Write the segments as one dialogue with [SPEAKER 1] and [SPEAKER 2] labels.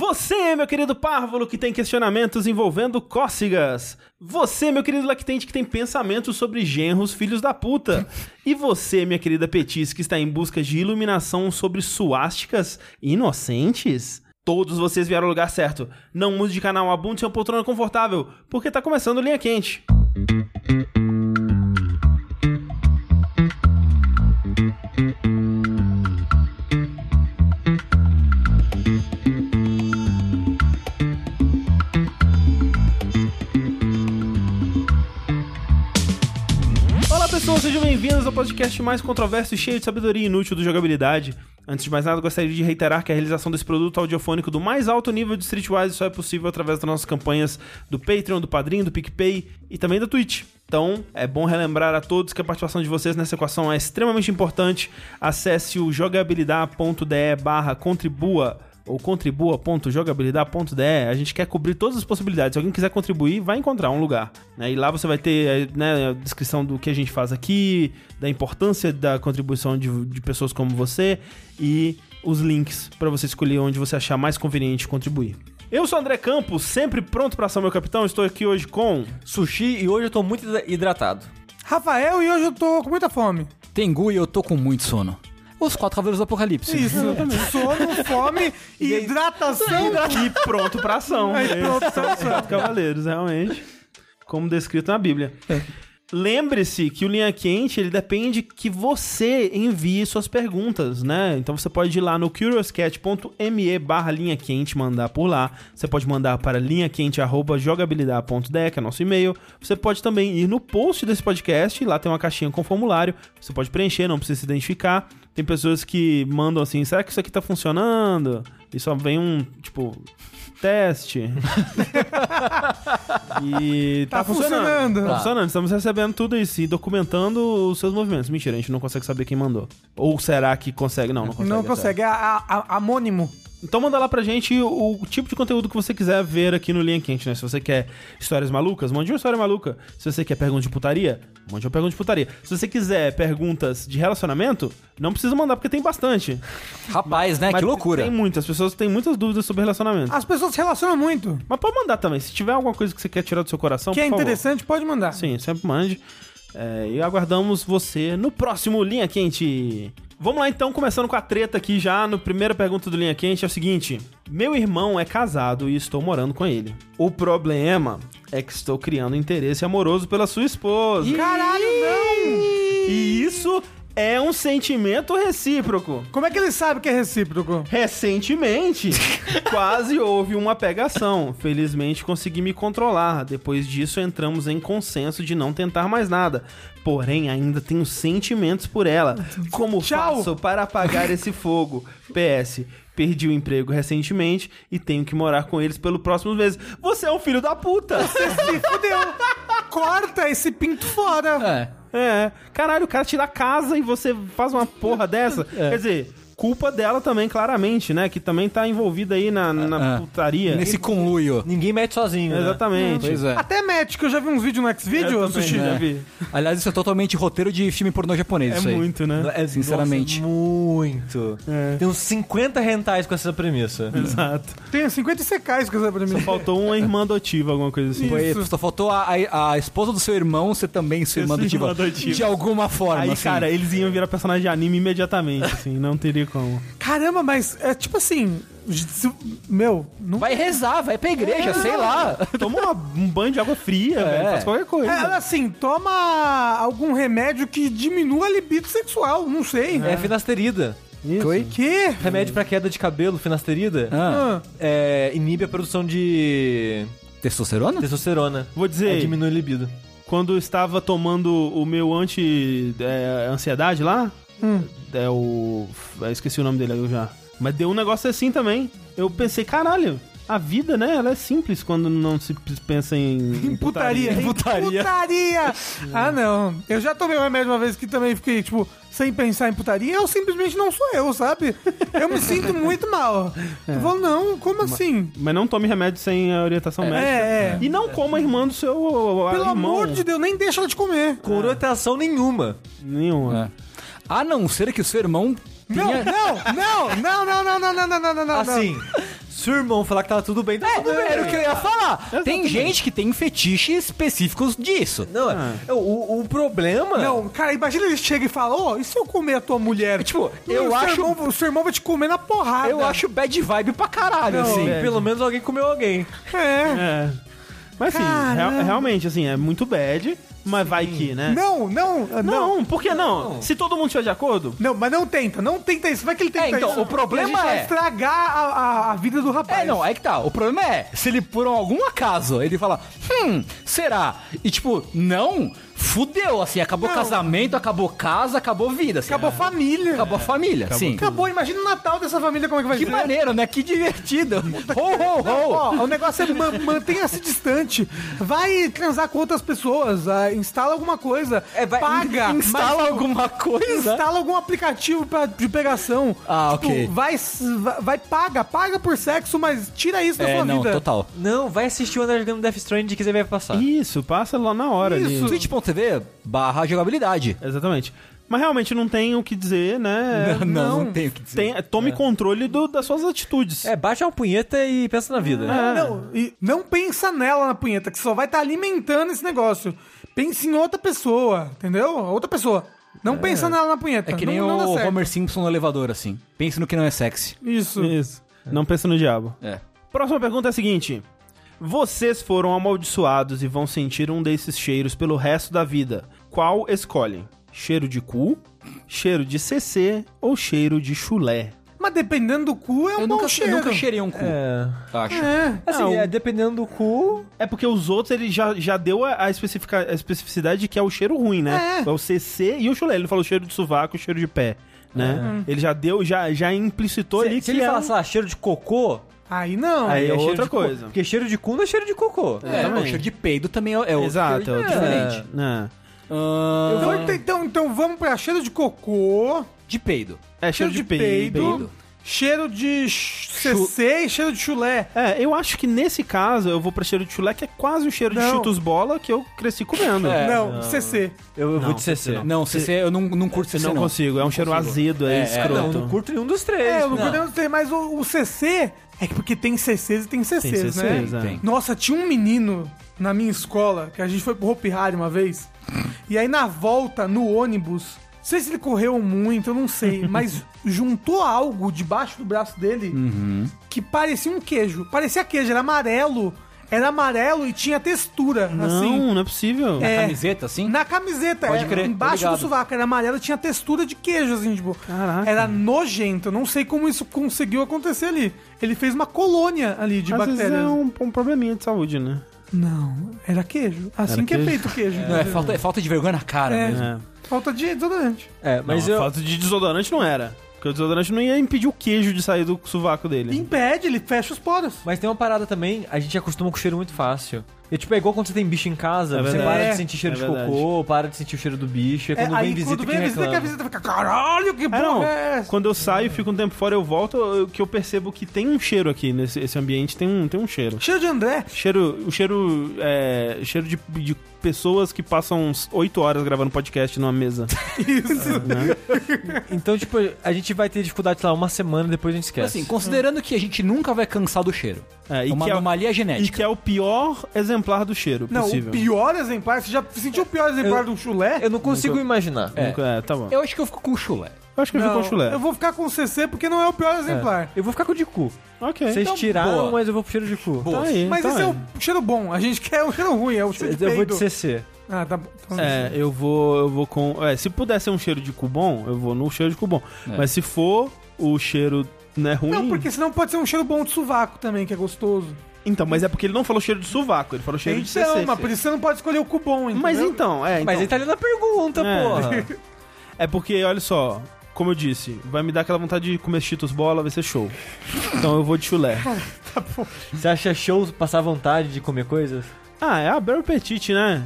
[SPEAKER 1] Você, meu querido párvulo, que tem questionamentos envolvendo cócegas. Você, meu querido lactente, que tem pensamentos sobre genros filhos da puta. E você, minha querida Petis, que está em busca de iluminação sobre suásticas inocentes. Todos vocês vieram ao lugar certo. Não mude de canal, abunde seu poltrona confortável, porque tá começando Linha Quente. Olá pessoal, sejam bem-vindos ao podcast mais controverso e cheio de sabedoria inútil do jogabilidade. Antes de mais nada, gostaria de reiterar que a realização desse produto audiofônico do mais alto nível de Streetwise só é possível através das nossas campanhas do Patreon, do Padrim, do PicPay e também da Twitch. Então, é bom relembrar a todos que a participação de vocês nessa equação é extremamente importante. Acesse o jogabilidade.de barra contribua ou contribua.jogabilidade.de, a gente quer cobrir todas as possibilidades. Se alguém quiser contribuir, vai encontrar um lugar. né? E lá você vai ter eh, né, a descrição do que a gente faz aqui, da importância da contribuição de, de pessoas como você e os links para você escolher onde você achar mais conveniente contribuir. Eu sou o André Campos, sempre pronto para ser meu capitão. Estou aqui hoje com
[SPEAKER 2] Sushi e hoje eu tô muito hidra- hidratado.
[SPEAKER 3] Rafael e hoje eu tô com muita fome.
[SPEAKER 4] Tengu e eu tô com muito sono. Os quatro cavaleiros do apocalipse.
[SPEAKER 3] Isso, sono, fome, hidratação.
[SPEAKER 1] e pronto para ação.
[SPEAKER 3] Aí,
[SPEAKER 1] Esses
[SPEAKER 3] pronto
[SPEAKER 1] são
[SPEAKER 3] pra
[SPEAKER 1] os quatro cavaleiros, realmente. Como descrito na Bíblia. Lembre-se que o Linha Quente, ele depende que você envie suas perguntas, né? Então você pode ir lá no curiouscat.me barra linha quente, mandar por lá. Você pode mandar para linhaquente.jogabilidade.de, que é nosso e-mail. Você pode também ir no post desse podcast, lá tem uma caixinha com formulário. Você pode preencher, não precisa se identificar. Tem pessoas que mandam assim, será que isso aqui tá funcionando? E só vem um, tipo, teste. e tá,
[SPEAKER 3] Tá
[SPEAKER 1] funcionando.
[SPEAKER 3] funcionando.
[SPEAKER 1] Tá funcionando, estamos recebendo tudo isso e documentando os seus movimentos. Mentira, a gente não consegue saber quem mandou. Ou será que consegue? Não, não consegue.
[SPEAKER 3] Não
[SPEAKER 1] é
[SPEAKER 3] consegue, é a, a- amônimo.
[SPEAKER 1] então manda lá pra gente o, o tipo de conteúdo que você quiser ver aqui no Linha Quente, né? Se você quer histórias malucas, mande uma história maluca. Se você quer pergunta de putaria, mande uma pergunta de putaria. Se você quiser perguntas de relacionamento, não precisa mandar porque tem bastante.
[SPEAKER 4] Rapaz, né?
[SPEAKER 1] Mas
[SPEAKER 4] que loucura.
[SPEAKER 1] Tem muitas, as pessoas têm muitas dúvidas sobre relacionamento.
[SPEAKER 3] As pessoas se relacionam muito.
[SPEAKER 1] Mas pode mandar também, se tiver alguma coisa que você quer tirar do seu coração,
[SPEAKER 3] que é
[SPEAKER 1] por favor.
[SPEAKER 3] interessante, pode mandar.
[SPEAKER 1] Sim, sempre mande. É, e aguardamos você no próximo Linha Quente. Vamos lá então, começando com a treta aqui já, no primeira pergunta do Linha Quente, é o seguinte. Meu irmão é casado e estou morando com ele. O problema é que estou criando interesse amoroso pela sua esposa.
[SPEAKER 3] Caralho, não!
[SPEAKER 1] E isso é um sentimento recíproco.
[SPEAKER 3] Como é que ele sabe que é recíproco?
[SPEAKER 1] Recentemente, quase houve uma pegação. Felizmente consegui me controlar. Depois disso, entramos em consenso de não tentar mais nada. Porém, ainda tenho sentimentos por ela. Como
[SPEAKER 3] Tchau.
[SPEAKER 1] faço para apagar esse fogo? PS. Perdi o emprego recentemente e tenho que morar com eles pelos próximos meses. Você é um filho da puta!
[SPEAKER 3] Você se fudeu! Corta esse pinto fora!
[SPEAKER 4] É.
[SPEAKER 1] É. Caralho, o cara tira a casa e você faz uma porra dessa.
[SPEAKER 4] É.
[SPEAKER 1] Quer dizer, culpa dela também, claramente, né? Que também tá envolvida aí na, na
[SPEAKER 4] é.
[SPEAKER 1] putaria.
[SPEAKER 4] Nesse conluio.
[SPEAKER 2] Ninguém mete sozinho, né?
[SPEAKER 1] Exatamente.
[SPEAKER 4] Pois é.
[SPEAKER 3] Até match, que eu já vi uns vídeos no
[SPEAKER 1] Eu
[SPEAKER 3] Xvideo,
[SPEAKER 1] também,
[SPEAKER 3] Sushi.
[SPEAKER 1] né?
[SPEAKER 4] É.
[SPEAKER 1] vi.
[SPEAKER 4] Aliás, isso é totalmente roteiro de filme pornô japonês.
[SPEAKER 1] É
[SPEAKER 4] isso aí.
[SPEAKER 1] muito, né?
[SPEAKER 2] É,
[SPEAKER 4] Sinceramente.
[SPEAKER 2] nossa, muito. Tem uns 50 rentais com essa premissa.
[SPEAKER 1] Exato.
[SPEAKER 3] Tem 50 secais que eu pra mim.
[SPEAKER 1] Faltou uma irmã adotiva, alguma coisa assim.
[SPEAKER 4] Foi- Só faltou a, a- a esposa do seu irmão ser também sua irmã
[SPEAKER 1] Essa
[SPEAKER 4] adotiva.
[SPEAKER 1] irmã adotiva.
[SPEAKER 4] De alguma forma.
[SPEAKER 1] Aí,
[SPEAKER 4] assim.
[SPEAKER 1] cara, eles iam virar personagem de anime imediatamente, assim, não teria como.
[SPEAKER 3] Caramba, mas é tipo assim. se- Meu, não
[SPEAKER 4] Vai rezar, vai pra
[SPEAKER 1] É.
[SPEAKER 4] igreja, sei lá.
[SPEAKER 1] Toma uma- um banho de água fria, velho, faz qualquer coisa.
[SPEAKER 3] É, ela, assim, toma algum remédio que diminua a libido sexual, não sei.
[SPEAKER 2] É, finasterida.
[SPEAKER 1] Isso.
[SPEAKER 4] Oi?
[SPEAKER 3] Que?
[SPEAKER 2] Remédio pra queda de cabelo, finasterida,
[SPEAKER 4] Ah,
[SPEAKER 3] Ah,
[SPEAKER 2] é, inibe a produção de
[SPEAKER 4] testosterona?
[SPEAKER 2] testosterona.
[SPEAKER 1] Vou dizer-
[SPEAKER 2] Aí É, diminui o libido.
[SPEAKER 1] Quando eu estava tomando o meu anti-ansiedade lá, é o. eu esqueci o nome dele eu já. Mas deu um negócio assim também. Eu pensei, caralho, a vida, né? Ela é simples quando não se pensa em. em
[SPEAKER 3] Putaria.
[SPEAKER 1] putaria.
[SPEAKER 3] Putaria. Putaria. Ah, não. Eu já tomei um remédio uma vez que também fiquei, tipo, sem pensar em putaria. Eu simplesmente não sou eu, sabe? Eu me sinto muito mal. Eu falo, não, como assim?
[SPEAKER 1] Mas né? não tome remédio sem a orientação médica.
[SPEAKER 3] É, é.
[SPEAKER 1] E não coma a irmã do seu
[SPEAKER 3] Pelo
[SPEAKER 1] irmão.
[SPEAKER 3] amor de Deus, nem deixa ela te comer.
[SPEAKER 2] Com orientação nenhuma.
[SPEAKER 1] Nenhuma.
[SPEAKER 4] É. A não ser que o seu irmão
[SPEAKER 2] Ah,
[SPEAKER 3] Não, não, não, não, não, não, não, não, não, não, não, não.
[SPEAKER 2] Assim, se seu irmão falar que tava tudo bem,
[SPEAKER 1] É,
[SPEAKER 2] tá tudo bem.
[SPEAKER 4] É, Era o que eu ia falar. Tem gente que tem fetiches específicos disso.
[SPEAKER 2] Não, é- o, o problema.
[SPEAKER 3] Não, cara, imagina ele chega e fala, ô, e se eu comer a tua mulher?
[SPEAKER 4] Tipo,
[SPEAKER 3] Não,
[SPEAKER 4] eu
[SPEAKER 3] o seu
[SPEAKER 4] acho-
[SPEAKER 3] Irmão, o seu irmão vai te comer na porrada.
[SPEAKER 4] Eu acho bad vibe pra caralho,
[SPEAKER 2] Não, é.
[SPEAKER 4] assim.
[SPEAKER 2] pelo menos alguém comeu alguém.
[SPEAKER 3] É.
[SPEAKER 1] É. Mas assim,
[SPEAKER 3] Caramba.
[SPEAKER 1] real- realmente, assim, é muito bad, mas vai que,
[SPEAKER 4] É.
[SPEAKER 1] né?
[SPEAKER 3] Não, não, não, não.
[SPEAKER 1] Não, por que não? Se todo mundo estiver de acordo,
[SPEAKER 3] mas não tenta, não tenta isso. Vai que ele tenta
[SPEAKER 4] É, então,
[SPEAKER 3] isso.
[SPEAKER 4] o problema
[SPEAKER 3] e a gente vai
[SPEAKER 4] é-
[SPEAKER 3] estragar a, a- a vida do rapaz.
[SPEAKER 4] É, não, aí que tá. O problema é, se ele por algum acaso, ele fala, hum, será? E tipo, não, fudeu, assim, acabou
[SPEAKER 3] Não.
[SPEAKER 4] casamento, acabou casa, acabou vida. assim.
[SPEAKER 3] Acabou a família.
[SPEAKER 4] Acabou a família, sim.
[SPEAKER 3] Acabou, imagina o Natal dessa família como é que vai
[SPEAKER 4] Que
[SPEAKER 3] ser.
[SPEAKER 4] maneiro, né? Que divertido.
[SPEAKER 3] Não,
[SPEAKER 4] Ho, ho, ho.
[SPEAKER 3] ó, o negócio é ma- mantenha-se distante. Vai transar com outras pessoas. ah, instala alguma coisa.
[SPEAKER 2] É, vai-
[SPEAKER 3] paga. mas
[SPEAKER 4] Instala alguma coisa.
[SPEAKER 3] instala algum aplicativo pra, de pegação. Tipo,
[SPEAKER 4] Ah, ok.
[SPEAKER 3] Vai, s- vai- vai, paga. Paga por sexo, mas tira isso da
[SPEAKER 4] É,
[SPEAKER 3] sua
[SPEAKER 4] não,
[SPEAKER 3] vida.
[SPEAKER 4] total.
[SPEAKER 2] Não, vai assistir o André jogando Death Stranding que você vai
[SPEAKER 4] Ah.
[SPEAKER 2] passar.
[SPEAKER 1] isso, passa lá na hora ali.
[SPEAKER 3] Isso.
[SPEAKER 4] Twitch.tv barra jogabilidade.
[SPEAKER 1] Exatamente. Mas realmente não tem o que dizer,
[SPEAKER 3] É,
[SPEAKER 1] né?
[SPEAKER 4] não, É. não tenho o que dizer.
[SPEAKER 1] Tem- tome controle do- das suas atitudes.
[SPEAKER 2] É, bate uma punheta e pensa na vida.
[SPEAKER 1] É.
[SPEAKER 3] Não, e não pensa nela na punheta, que só vai estar alimentando esse negócio. Pense em outra pessoa, entendeu? Outra pessoa. Não pensa nela na punheta.
[SPEAKER 4] É que nem
[SPEAKER 3] não, não dá
[SPEAKER 4] o
[SPEAKER 3] certo.
[SPEAKER 4] Homer Simpson no elevador, assim. Pense no que não é sexy.
[SPEAKER 3] Isso.
[SPEAKER 1] Isso. Não pensa no diabo.
[SPEAKER 4] É.
[SPEAKER 1] Próxima pergunta é a seguinte: Vocês foram amaldiçoados e vão sentir um desses cheiros pelo resto da vida. Qual escolhem? Cheiro de cu, cheiro de CC ou cheiro de chulé?
[SPEAKER 3] Mas dependendo do cu, é um
[SPEAKER 4] Eu
[SPEAKER 3] bom
[SPEAKER 4] nunca,
[SPEAKER 3] cheiro.
[SPEAKER 4] nunca cheirei um cu,
[SPEAKER 2] É.
[SPEAKER 4] acho.
[SPEAKER 3] É.
[SPEAKER 2] Assim,
[SPEAKER 1] Não.
[SPEAKER 2] é, dependendo do cu.
[SPEAKER 1] É porque os outros ele já, já deu a, a especifica- a especificidade de que é o cheiro ruim, né?
[SPEAKER 3] É.
[SPEAKER 1] É. o CC e o chulé. Ele não falou cheiro de sovaco, cheiro de pé,
[SPEAKER 3] Hum.
[SPEAKER 1] né? Ele já deu, já, já implicitou ali
[SPEAKER 2] É. Se,
[SPEAKER 1] que
[SPEAKER 2] se ele
[SPEAKER 1] é um-
[SPEAKER 2] falar, sei lá, cheiro de cocô.
[SPEAKER 3] Aí não.
[SPEAKER 1] Aí é
[SPEAKER 2] cheiro
[SPEAKER 1] outra
[SPEAKER 2] de cu-
[SPEAKER 1] coisa.
[SPEAKER 2] Porque cheiro de cu não é cheiro de cocô.
[SPEAKER 4] É,
[SPEAKER 1] Exatamente.
[SPEAKER 4] o cheiro de peido também é, Ah, é outro
[SPEAKER 1] Exato, é
[SPEAKER 4] cheiro
[SPEAKER 1] outro
[SPEAKER 4] diferente.
[SPEAKER 1] diferente. né?
[SPEAKER 4] Ahn,
[SPEAKER 3] Então, então, então, então vamos pra cheiro de cocô,
[SPEAKER 4] de peido.
[SPEAKER 1] É,
[SPEAKER 3] cheiro, de, peido, cheiro de ch-
[SPEAKER 4] Chu-
[SPEAKER 3] CC e cheiro de chulé.
[SPEAKER 1] É, eu acho que nesse caso eu vou pra cheiro de chulé, que é quase o cheiro de
[SPEAKER 3] Não.
[SPEAKER 1] chutos bola que eu cresci comendo.
[SPEAKER 4] É,
[SPEAKER 3] não, CC.
[SPEAKER 2] Eu, eu
[SPEAKER 1] Não,
[SPEAKER 2] vou de CC.
[SPEAKER 1] não.
[SPEAKER 4] Não, CC, eu não, não curto
[SPEAKER 1] Eu
[SPEAKER 4] CC,
[SPEAKER 1] não,
[SPEAKER 4] não.
[SPEAKER 1] consigo, é um cheiro azedo, é,
[SPEAKER 4] É, é,
[SPEAKER 2] Não,
[SPEAKER 1] escroto.
[SPEAKER 2] não curto nenhum dos três.
[SPEAKER 3] É, eu não
[SPEAKER 2] mano.
[SPEAKER 3] podemos ter, mas o, o CC é que porque tem CCs e tem CCs, né?
[SPEAKER 1] CCs, é.
[SPEAKER 4] Tem.
[SPEAKER 3] Nossa, tinha um menino na minha escola que a gente foi pro Hopi Hari uma vez. E aí na volta, no ônibus, não sei se ele correu muito, eu não sei, mas juntou algo debaixo do braço dele
[SPEAKER 1] Uhum.
[SPEAKER 3] que parecia um queijo. Parecia queijo, era amarelo. Era amarelo e tinha textura, assim.
[SPEAKER 1] Não, não é possível.
[SPEAKER 3] É.
[SPEAKER 4] Camiseta, assim?
[SPEAKER 3] Na camiseta,
[SPEAKER 4] Pode
[SPEAKER 3] era
[SPEAKER 4] crer,
[SPEAKER 3] embaixo
[SPEAKER 4] obrigado.
[SPEAKER 3] do sovaco, era amarelo, tinha textura de queijo, assim, tipo.
[SPEAKER 1] Caraca.
[SPEAKER 3] Era nojento, eu não sei como isso conseguiu acontecer ali. Ele fez uma colônia ali de
[SPEAKER 1] Às
[SPEAKER 3] bactérias.
[SPEAKER 1] vezes é um, um probleminha de saúde, né?
[SPEAKER 3] Não, era queijo. Assim que
[SPEAKER 1] queijo?
[SPEAKER 3] é feito o queijo.
[SPEAKER 4] Não, é falta, é falta de vergonha na cara
[SPEAKER 3] É.
[SPEAKER 4] mesmo.
[SPEAKER 1] É.
[SPEAKER 3] Falta de desodorante.
[SPEAKER 2] É, mas
[SPEAKER 1] Não, a
[SPEAKER 2] eu.
[SPEAKER 1] falta de desodorante não era. Porque o desodorante não ia impedir o queijo de sair do sovaco dele.
[SPEAKER 3] Impede, ele fecha os poros.
[SPEAKER 2] Mas tem uma parada também, a gente acostuma com cheiro muito fácil. E tipo, é igual quando você tem bicho em casa,
[SPEAKER 1] É
[SPEAKER 2] você
[SPEAKER 1] verdade.
[SPEAKER 2] para
[SPEAKER 3] É,
[SPEAKER 2] de sentir cheiro
[SPEAKER 1] é
[SPEAKER 2] de
[SPEAKER 1] verdade.
[SPEAKER 2] cocô, para de sentir o cheiro do bicho, é
[SPEAKER 3] É,
[SPEAKER 2] quando vem
[SPEAKER 3] aí
[SPEAKER 2] visita
[SPEAKER 3] quando vem a
[SPEAKER 2] que
[SPEAKER 3] visita, que a
[SPEAKER 2] reclama.
[SPEAKER 3] visita fica, caralho, que
[SPEAKER 1] É, não.
[SPEAKER 3] porra é essa?
[SPEAKER 1] Quando eu saio, fico um tempo fora, eu volto, eu, que eu percebo que tem um cheiro aqui nesse esse ambiente, tem um, tem um cheiro.
[SPEAKER 3] Cheiro de André.
[SPEAKER 1] Cheiro, o cheiro, é, cheiro de, de pessoas que passam 8 horas gravando podcast numa mesa. É, né?
[SPEAKER 3] Isso.
[SPEAKER 2] Então, tipo, a gente vai ter dificuldade, sei lá, uma semana depois a gente esquece.
[SPEAKER 4] Assim, considerando que a gente nunca vai cansar do cheiro.
[SPEAKER 1] É,
[SPEAKER 4] É uma
[SPEAKER 1] que é-
[SPEAKER 4] anomalia
[SPEAKER 1] E
[SPEAKER 4] genética.
[SPEAKER 1] que é o pior exemplar do cheiro
[SPEAKER 3] Não,
[SPEAKER 1] possível.
[SPEAKER 3] o pior exemplar, você já sentiu o pior exemplar do chulé?
[SPEAKER 2] eu não consigo
[SPEAKER 1] Nunca-
[SPEAKER 2] imaginar.
[SPEAKER 1] É. é, tá bom. Eu,
[SPEAKER 4] Eu acho que eu fico com o chulé.
[SPEAKER 1] acho que eu fico
[SPEAKER 3] Não,
[SPEAKER 1] com chulé.
[SPEAKER 3] eu vou ficar com CC porque não é o pior exemplar.
[SPEAKER 2] Eu vou ficar com o de cu.
[SPEAKER 1] Ok.
[SPEAKER 2] Vocês
[SPEAKER 4] então,
[SPEAKER 2] tiraram,
[SPEAKER 4] boa.
[SPEAKER 2] mas eu vou pro cheiro de cu.
[SPEAKER 1] Tá aí,
[SPEAKER 3] Mas
[SPEAKER 1] tá
[SPEAKER 3] esse é
[SPEAKER 1] aí.
[SPEAKER 3] o cheiro bom. A gente quer o cheiro ruim, é o cheiro de
[SPEAKER 2] Eu vou
[SPEAKER 3] peido.
[SPEAKER 2] de CC.
[SPEAKER 3] Ah, tá bom. Então,
[SPEAKER 1] É, eu vou, eu vou com. É, se puder ser um cheiro de cu bom, eu vou no cheiro de cu bom.
[SPEAKER 4] É.
[SPEAKER 1] Mas se for o cheiro né, ruim.
[SPEAKER 3] Não, porque senão pode ser um cheiro bom de sovaco também, que é gostoso.
[SPEAKER 1] Então, mas é porque ele não falou cheiro de sovaco, ele falou cheiro de
[SPEAKER 3] então,
[SPEAKER 1] CC.
[SPEAKER 3] mas por isso você não pode escolher o cu bom, entendeu?
[SPEAKER 1] Mas então, é.
[SPEAKER 2] Mas ele
[SPEAKER 1] então-
[SPEAKER 2] tá lendo a pergunta,
[SPEAKER 1] É.
[SPEAKER 2] porra.
[SPEAKER 1] É porque, olha só, como eu disse, vai me dar aquela vontade de comer Cheetos bola, vai ser show. Então eu vou de chulé.
[SPEAKER 2] Você acha show passar vontade de comer coisas?
[SPEAKER 1] Ah, é abrir o apetite, né?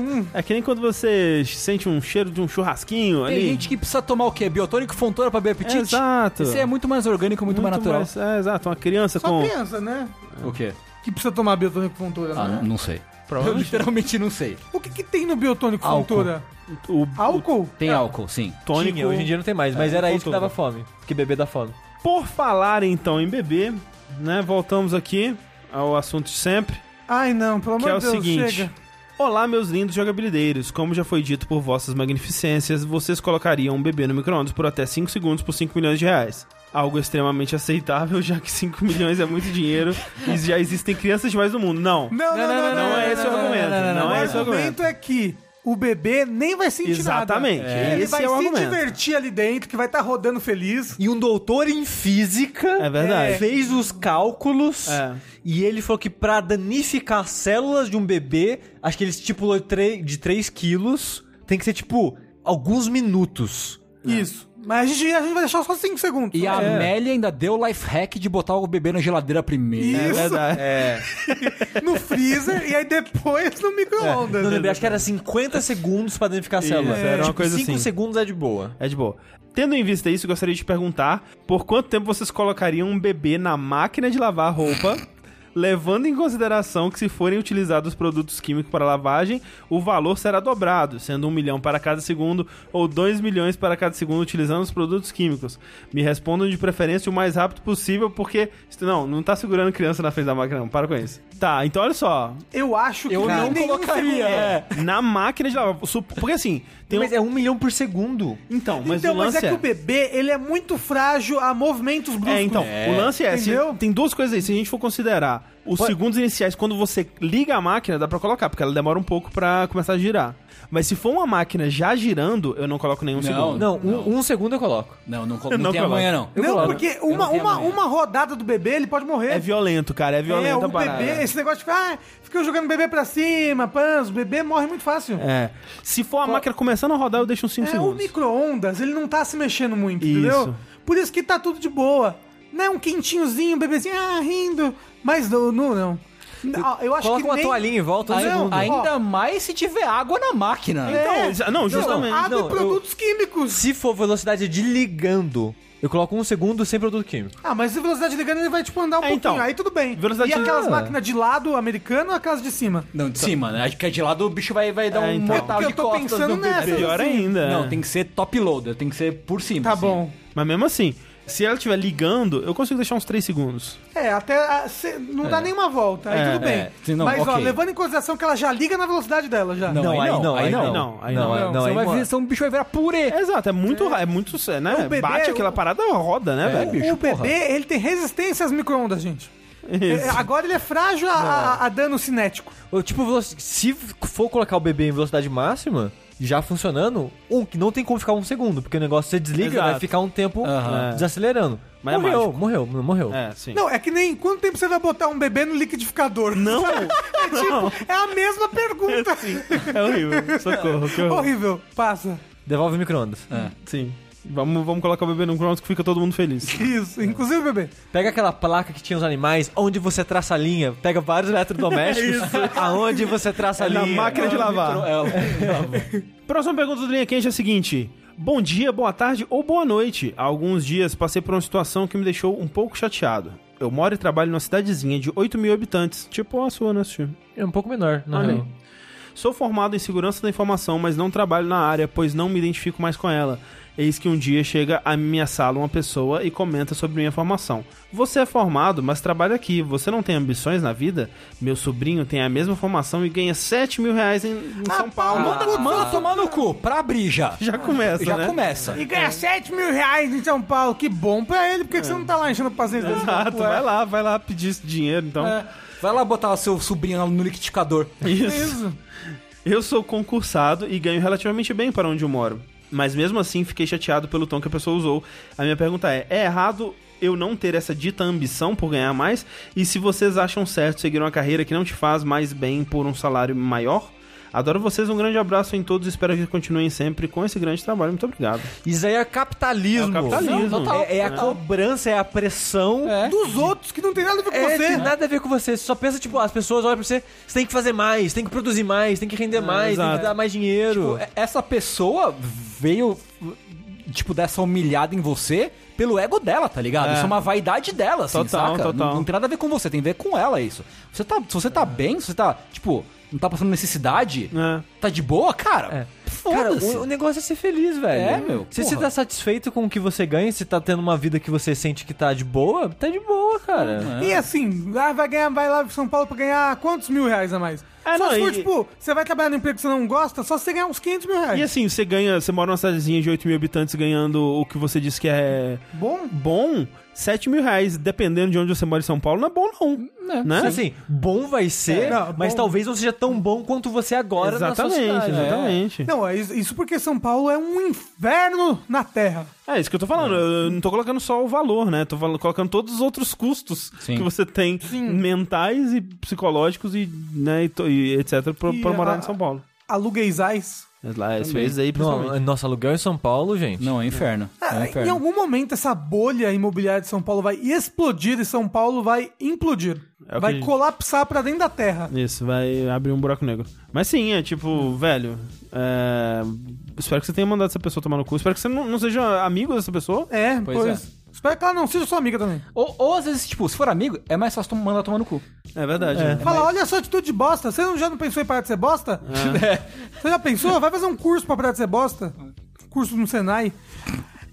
[SPEAKER 3] Hum,
[SPEAKER 1] é que nem quando você sente um cheiro de um churrasquinho
[SPEAKER 4] Tem
[SPEAKER 1] ali.
[SPEAKER 4] gente que precisa tomar o quê? Biotônico e fontoura pra abrir apetite?
[SPEAKER 1] Exato.
[SPEAKER 4] Esse é muito mais orgânico, muito, mais natural.
[SPEAKER 1] mais- é, exato, uma criança
[SPEAKER 3] Só
[SPEAKER 1] com.
[SPEAKER 3] criança, né?
[SPEAKER 4] O quê?
[SPEAKER 3] Que precisa tomar biotônico fontura,
[SPEAKER 4] Ah,
[SPEAKER 3] né?
[SPEAKER 4] não, não sei. Eu
[SPEAKER 1] Provavelmente
[SPEAKER 4] literalmente não sei.
[SPEAKER 3] O que, que tem no biotônico
[SPEAKER 4] Álcool.
[SPEAKER 3] fontura?
[SPEAKER 1] o, o
[SPEAKER 3] Álcool?
[SPEAKER 4] Tem álcool, sim.
[SPEAKER 1] tônico.
[SPEAKER 2] Tinha, hoje em dia não tem mais, mas
[SPEAKER 1] É,
[SPEAKER 2] era
[SPEAKER 1] com
[SPEAKER 2] isso que
[SPEAKER 1] tudo.
[SPEAKER 2] dava fome. Porque bebê dá fome.
[SPEAKER 1] Por falar então em bebê, né? Voltamos aqui ao assunto de sempre,
[SPEAKER 3] Ai, não, pelo
[SPEAKER 1] que
[SPEAKER 3] amor
[SPEAKER 1] é o
[SPEAKER 3] de Deus,
[SPEAKER 1] seguinte.
[SPEAKER 3] chega.
[SPEAKER 1] Olá, meus lindos jogabilideiros. Como já foi dito por vossas magnificências, vocês colocariam um bebê no micro-ondas por até 5 segundos por 5 milhões de reais. Algo extremamente aceitável, já que 5 milhões é muito dinheiro e já existem crianças demais no mundo. Não.
[SPEAKER 3] Não, não, não, não,
[SPEAKER 1] não é esse o argumento, não
[SPEAKER 3] O
[SPEAKER 1] é esse o
[SPEAKER 3] argumento é que o bebê nem vai sentir
[SPEAKER 1] Exatamente,
[SPEAKER 3] nada.
[SPEAKER 1] é,
[SPEAKER 3] Ele
[SPEAKER 1] esse
[SPEAKER 3] vai
[SPEAKER 1] é o
[SPEAKER 3] se
[SPEAKER 1] argumento.
[SPEAKER 3] divertir ali dentro, que vai estar rodando feliz.
[SPEAKER 2] E um doutor em física
[SPEAKER 1] É verdade.
[SPEAKER 2] fez os cálculos
[SPEAKER 1] É.
[SPEAKER 2] e ele falou que pra danificar as células de um bebê, acho que ele estipulou tre- de 3 quilos, tem que ser tipo alguns minutos.
[SPEAKER 3] Isso. Mas a gente, a gente vai deixar só 5 segundos.
[SPEAKER 4] E a né?
[SPEAKER 3] É.
[SPEAKER 4] Amélia ainda deu o life hack de botar o bebê na geladeira primeiro.
[SPEAKER 1] É
[SPEAKER 3] Isso.
[SPEAKER 1] verdade. É.
[SPEAKER 3] no freezer e aí depois no micro-ondas.
[SPEAKER 2] Não Então, lembrei, acho que era 50 segundos pra danificar a célula.
[SPEAKER 1] era uma coisa
[SPEAKER 2] 5
[SPEAKER 1] assim.
[SPEAKER 2] segundos é de boa.
[SPEAKER 1] É de boa. Tendo em vista isso, eu gostaria de perguntar por quanto tempo vocês colocariam um bebê na máquina de lavar roupa, levando em consideração que se forem utilizados produtos químicos para lavagem, o valor será dobrado, sendo um milhão para cada segundo ou dois milhões para cada segundo utilizando os produtos químicos. Me respondam de preferência o mais rápido possível, porque... Não, não tá segurando criança na frente da máquina, não. Para com isso. Tá, então olha só.
[SPEAKER 3] Eu acho que
[SPEAKER 4] Eu
[SPEAKER 3] nem
[SPEAKER 4] não
[SPEAKER 3] nenhum
[SPEAKER 4] colocaria.
[SPEAKER 3] segundo.
[SPEAKER 4] é.
[SPEAKER 1] Na máquina de lavar... sup- Porque assim... Tem
[SPEAKER 2] Mas
[SPEAKER 1] um...
[SPEAKER 2] é 1 milhão por segundo.
[SPEAKER 1] Então, mas
[SPEAKER 3] então,
[SPEAKER 1] o
[SPEAKER 3] mas
[SPEAKER 1] lance
[SPEAKER 3] é que o bebê, ele é muito frágil a movimentos bruscos.
[SPEAKER 1] É, então, o lance é, se-
[SPEAKER 3] né? Entendeu?
[SPEAKER 1] tem duas coisas aí. Se a gente for considerar os segundos iniciais, quando você liga a máquina, dá pra colocar, porque ela demora um pouco pra começar a girar. Mas se for uma máquina já girando, eu não coloco nenhum
[SPEAKER 4] Não,
[SPEAKER 1] segundo.
[SPEAKER 2] Não, um, um segundo eu coloco.
[SPEAKER 4] Não, não, não,
[SPEAKER 1] Não
[SPEAKER 4] tem
[SPEAKER 1] coloca.
[SPEAKER 4] amanhã, não.
[SPEAKER 3] Não,
[SPEAKER 2] coloco.
[SPEAKER 3] porque
[SPEAKER 4] não
[SPEAKER 3] uma,
[SPEAKER 4] tenho
[SPEAKER 3] uma,
[SPEAKER 4] amanhã.
[SPEAKER 3] uma rodada do bebê, ele pode morrer.
[SPEAKER 1] É violento, cara, é violento
[SPEAKER 3] É,
[SPEAKER 1] a
[SPEAKER 3] o
[SPEAKER 1] parada.
[SPEAKER 3] bebê, esse negócio de ficar, ah, fica jogando o bebê pra cima, pans, o bebê morre muito fácil. É,
[SPEAKER 1] É. Se for a máquina começando a rodar, eu deixo uns 5
[SPEAKER 3] o
[SPEAKER 1] segundos.
[SPEAKER 3] micro-ondas, ele não tá se mexendo muito,
[SPEAKER 1] Isso.
[SPEAKER 3] entendeu? Por isso que tá tudo de boa. Não é um quentinhozinho, um bebezinho, ah, rindo. Mas não, não. não. Ah, Eu acho
[SPEAKER 2] Coloca
[SPEAKER 3] que
[SPEAKER 2] uma
[SPEAKER 3] nem...
[SPEAKER 2] toalhinha em volta, um
[SPEAKER 3] Não,
[SPEAKER 2] segundo.
[SPEAKER 3] aí-
[SPEAKER 4] Ainda é mais se tiver água na máquina.
[SPEAKER 1] Então,
[SPEAKER 3] É.
[SPEAKER 1] exa- não, justamente.
[SPEAKER 3] Água
[SPEAKER 2] Não,
[SPEAKER 3] e produtos químicos.
[SPEAKER 2] Se for velocidade de ligando, eu coloco um segundo sem produto químico.
[SPEAKER 3] Ah, mas a velocidade ligando ele vai, tipo, andar um
[SPEAKER 1] É,
[SPEAKER 3] pouquinho.
[SPEAKER 1] então.
[SPEAKER 3] Aí tudo bem.
[SPEAKER 1] Velocidade
[SPEAKER 3] e
[SPEAKER 1] de-
[SPEAKER 3] aquelas
[SPEAKER 1] Ah.
[SPEAKER 3] máquinas de lado americano ou aquelas de cima?
[SPEAKER 4] Não, de cima, né? Acho que de lado o bicho vai, vai dar
[SPEAKER 1] É,
[SPEAKER 4] um
[SPEAKER 1] então.
[SPEAKER 4] mortal
[SPEAKER 3] É porque
[SPEAKER 4] de
[SPEAKER 3] eu tô
[SPEAKER 4] costas
[SPEAKER 3] pensando
[SPEAKER 4] no bebê.
[SPEAKER 3] nessa.
[SPEAKER 1] Pior
[SPEAKER 3] assim.
[SPEAKER 1] ainda.
[SPEAKER 4] Não,
[SPEAKER 1] é.
[SPEAKER 4] tem que ser top loader, tem que ser por cima.
[SPEAKER 3] Tá
[SPEAKER 4] assim.
[SPEAKER 3] bom.
[SPEAKER 1] Mas mesmo assim, se ela estiver ligando, eu consigo deixar uns 3 segundos.
[SPEAKER 3] É, até. a- cê- não dá nenhuma volta, aí
[SPEAKER 1] É,
[SPEAKER 3] tudo bem.
[SPEAKER 4] é. Sim, não,
[SPEAKER 3] Mas, ó,
[SPEAKER 4] ok.
[SPEAKER 3] levando em consideração que ela já liga na velocidade dela já.
[SPEAKER 4] Não, aí não, aí não.
[SPEAKER 1] Não, aí não.
[SPEAKER 2] aí
[SPEAKER 3] Não,
[SPEAKER 4] Você
[SPEAKER 2] aí
[SPEAKER 4] vai
[SPEAKER 2] não.
[SPEAKER 4] ver, senão o bicho vai virar purê.
[SPEAKER 1] Exato, é muito, ra- é muito, né?
[SPEAKER 3] O É. bebê-
[SPEAKER 1] Bate aquela parada, roda, né,
[SPEAKER 3] O-
[SPEAKER 1] velho?
[SPEAKER 3] o bebê, ele tem resistência às micro-ondas, gente. É, agora ele é frágil a, a- a dano cinético.
[SPEAKER 2] Ou, Tipo, veloci- se for colocar o bebê em velocidade máxima, já funcionando, um que não tem como ficar um segundo, porque o negócio você desliga,
[SPEAKER 1] Exato.
[SPEAKER 2] vai ficar um tempo
[SPEAKER 4] Aham.
[SPEAKER 2] É. desacelerando.
[SPEAKER 1] Mas é
[SPEAKER 2] morreu,
[SPEAKER 1] mágico.
[SPEAKER 2] morreu, não morreu.
[SPEAKER 1] É, sim.
[SPEAKER 3] Não, é que nem quanto tempo você vai botar um bebê no liquidificador? Não! é tipo, é a mesma pergunta.
[SPEAKER 1] É horrível. Socorro, que horror.
[SPEAKER 3] Horrível. Passa.
[SPEAKER 2] Devolve o micro-ondas.
[SPEAKER 1] Sim. Vamos, vamos colocar o bebê no Cronos que fica todo mundo feliz.
[SPEAKER 3] Isso. Inclusive, bebê.
[SPEAKER 2] Pega aquela placa que tinha os animais, onde você traça a linha, pega vários eletrodomésticos, aonde você traça a
[SPEAKER 1] É na
[SPEAKER 2] linha.
[SPEAKER 1] máquina de lavar.
[SPEAKER 4] É,
[SPEAKER 1] Próxima pergunta do Linha Quente é a seguinte. Bom dia, boa tarde ou boa noite. Há alguns dias passei por uma situação que me deixou um pouco chateado. Eu moro e trabalho numa cidadezinha de 8 mil habitantes, tipo a sua, né, Steve?
[SPEAKER 2] É um pouco menor, na
[SPEAKER 1] Olha
[SPEAKER 2] real.
[SPEAKER 1] aí. Sou formado em segurança da informação, mas não trabalho na área, pois não me identifico mais com ela. Eis que um dia chega à minha sala uma pessoa e comenta sobre minha formação. Você é formado, mas trabalha aqui. Você não tem ambições na vida? Meu sobrinho tem a mesma formação e ganha 7 mil reais em, em
[SPEAKER 3] Ah,
[SPEAKER 1] São Paulo.
[SPEAKER 4] Manda, manda tomar no cu, pra abrir já.
[SPEAKER 1] Já começa,
[SPEAKER 4] Já
[SPEAKER 1] né?
[SPEAKER 4] começa.
[SPEAKER 3] E ganha 7 mil reais em São Paulo. Que bom pra ele. Por que, que você não tá lá enchendo paciência desse
[SPEAKER 1] Exato,
[SPEAKER 3] papo, é?
[SPEAKER 1] vai lá, vai lá pedir esse dinheiro, então.
[SPEAKER 4] É. Vai lá botar o seu sobrinho lá no liquidificador.
[SPEAKER 1] Isso. Eu sou concursado e ganho relativamente bem para onde eu moro. Mas mesmo assim fiquei chateado pelo tom que a pessoa usou. A minha pergunta é: é errado eu não ter essa dita ambição por ganhar mais? E se vocês acham certo seguir uma carreira que não te faz mais bem por um salário maior? Adoro vocês, um grande abraço em todos, espero que continuem sempre com esse grande trabalho. Muito obrigado.
[SPEAKER 2] Isso aí é capitalismo.
[SPEAKER 1] É o capitalismo.
[SPEAKER 2] Não, total. É, é a cobrança, é a pressão.
[SPEAKER 4] É.
[SPEAKER 3] Dos outros que não tem nada a ver com
[SPEAKER 2] É,
[SPEAKER 3] você.
[SPEAKER 2] tem nada a ver com você. Você só pensa, tipo, as pessoas olham pra você, você tem que fazer mais, tem que produzir mais, tem que render mais, tem
[SPEAKER 4] Tipo, é,
[SPEAKER 1] exato.
[SPEAKER 2] que dar mais dinheiro.
[SPEAKER 4] Essa pessoa veio tipo, dessa humilhada em você pelo ego dela, tá ligado?
[SPEAKER 1] É.
[SPEAKER 4] Isso é uma vaidade dela, assim,
[SPEAKER 1] Total,
[SPEAKER 4] saca?
[SPEAKER 1] total.
[SPEAKER 4] Não, não tem nada a ver com você, tem a ver com ela isso. Você tá, se você tá bem, se você tá, tipo, não tá passando necessidade,
[SPEAKER 1] É.
[SPEAKER 4] tá de boa, cara,
[SPEAKER 2] É. Cara,
[SPEAKER 4] foda-se.
[SPEAKER 2] o, o negócio é ser feliz, velho.
[SPEAKER 4] É, meu,
[SPEAKER 2] Se
[SPEAKER 4] porra.
[SPEAKER 2] você tá satisfeito com o que você ganha, se tá tendo uma vida que você sente que tá de boa, tá de boa, cara.
[SPEAKER 3] E assim, ah, vai ganhar, vai lá pra São Paulo pra ganhar quantos mil reais a mais?
[SPEAKER 1] É,
[SPEAKER 3] só
[SPEAKER 1] não,
[SPEAKER 3] se for,
[SPEAKER 1] e-
[SPEAKER 3] tipo, você vai trabalhar no emprego que você não gosta, só se você ganhar uns 500 mil reais.
[SPEAKER 1] E assim, você ganha, você mora numa cidadezinha de 8 mil habitantes ganhando o que você disse que é
[SPEAKER 3] Bom,
[SPEAKER 1] bom, 7 mil reais, dependendo de onde você mora em São Paulo, não é bom não. né?
[SPEAKER 2] Sim, Assim, bom vai ser,
[SPEAKER 3] É, não,
[SPEAKER 2] mas
[SPEAKER 3] bom-
[SPEAKER 2] talvez não seja tão bom quanto você agora
[SPEAKER 1] exatamente,
[SPEAKER 2] na sua cidade.
[SPEAKER 1] exatamente. É.
[SPEAKER 3] não, é isso isso porque São Paulo é um inferno na Terra.
[SPEAKER 1] É isso que eu tô falando. Eu não tô colocando só o valor, né? Tô fal- colocando todos os outros custos
[SPEAKER 4] Sim.
[SPEAKER 1] que você tem mentais e psicológicos e, né, e, to- e etc. pra,
[SPEAKER 3] E
[SPEAKER 1] pra morar
[SPEAKER 3] a-
[SPEAKER 1] em São Paulo.
[SPEAKER 3] Alugueisais.
[SPEAKER 1] Mas Lá, às vezes aí, principalmente.
[SPEAKER 2] Não, nosso aluguel em São Paulo, gente.
[SPEAKER 4] Não, é inferno. É,
[SPEAKER 3] Ah, em
[SPEAKER 4] inferno.
[SPEAKER 3] algum momento essa bolha imobiliária de São Paulo vai explodir e São Paulo vai implodir.
[SPEAKER 1] É o
[SPEAKER 3] vai
[SPEAKER 1] que-
[SPEAKER 3] colapsar pra dentro da Terra.
[SPEAKER 1] Isso, vai abrir um buraco negro. Mas sim, é tipo, velho. é, Espero que você tenha mandado essa pessoa tomar no cu. Espero que você não, não seja amigo dessa pessoa.
[SPEAKER 3] É,
[SPEAKER 4] Pois
[SPEAKER 3] pois.
[SPEAKER 4] é.
[SPEAKER 3] Espero que ela não seja sua amiga também.
[SPEAKER 4] Ou, ou às vezes, tipo, se for amigo, é mais fácil tom- mandar tomar no cu.
[SPEAKER 1] É verdade. né?
[SPEAKER 3] Fala, olha a sua atitude de bosta. Você não- já não pensou em parar de ser bosta? Você já pensou? Vai fazer um curso pra parar de ser bosta? Curso no Senai.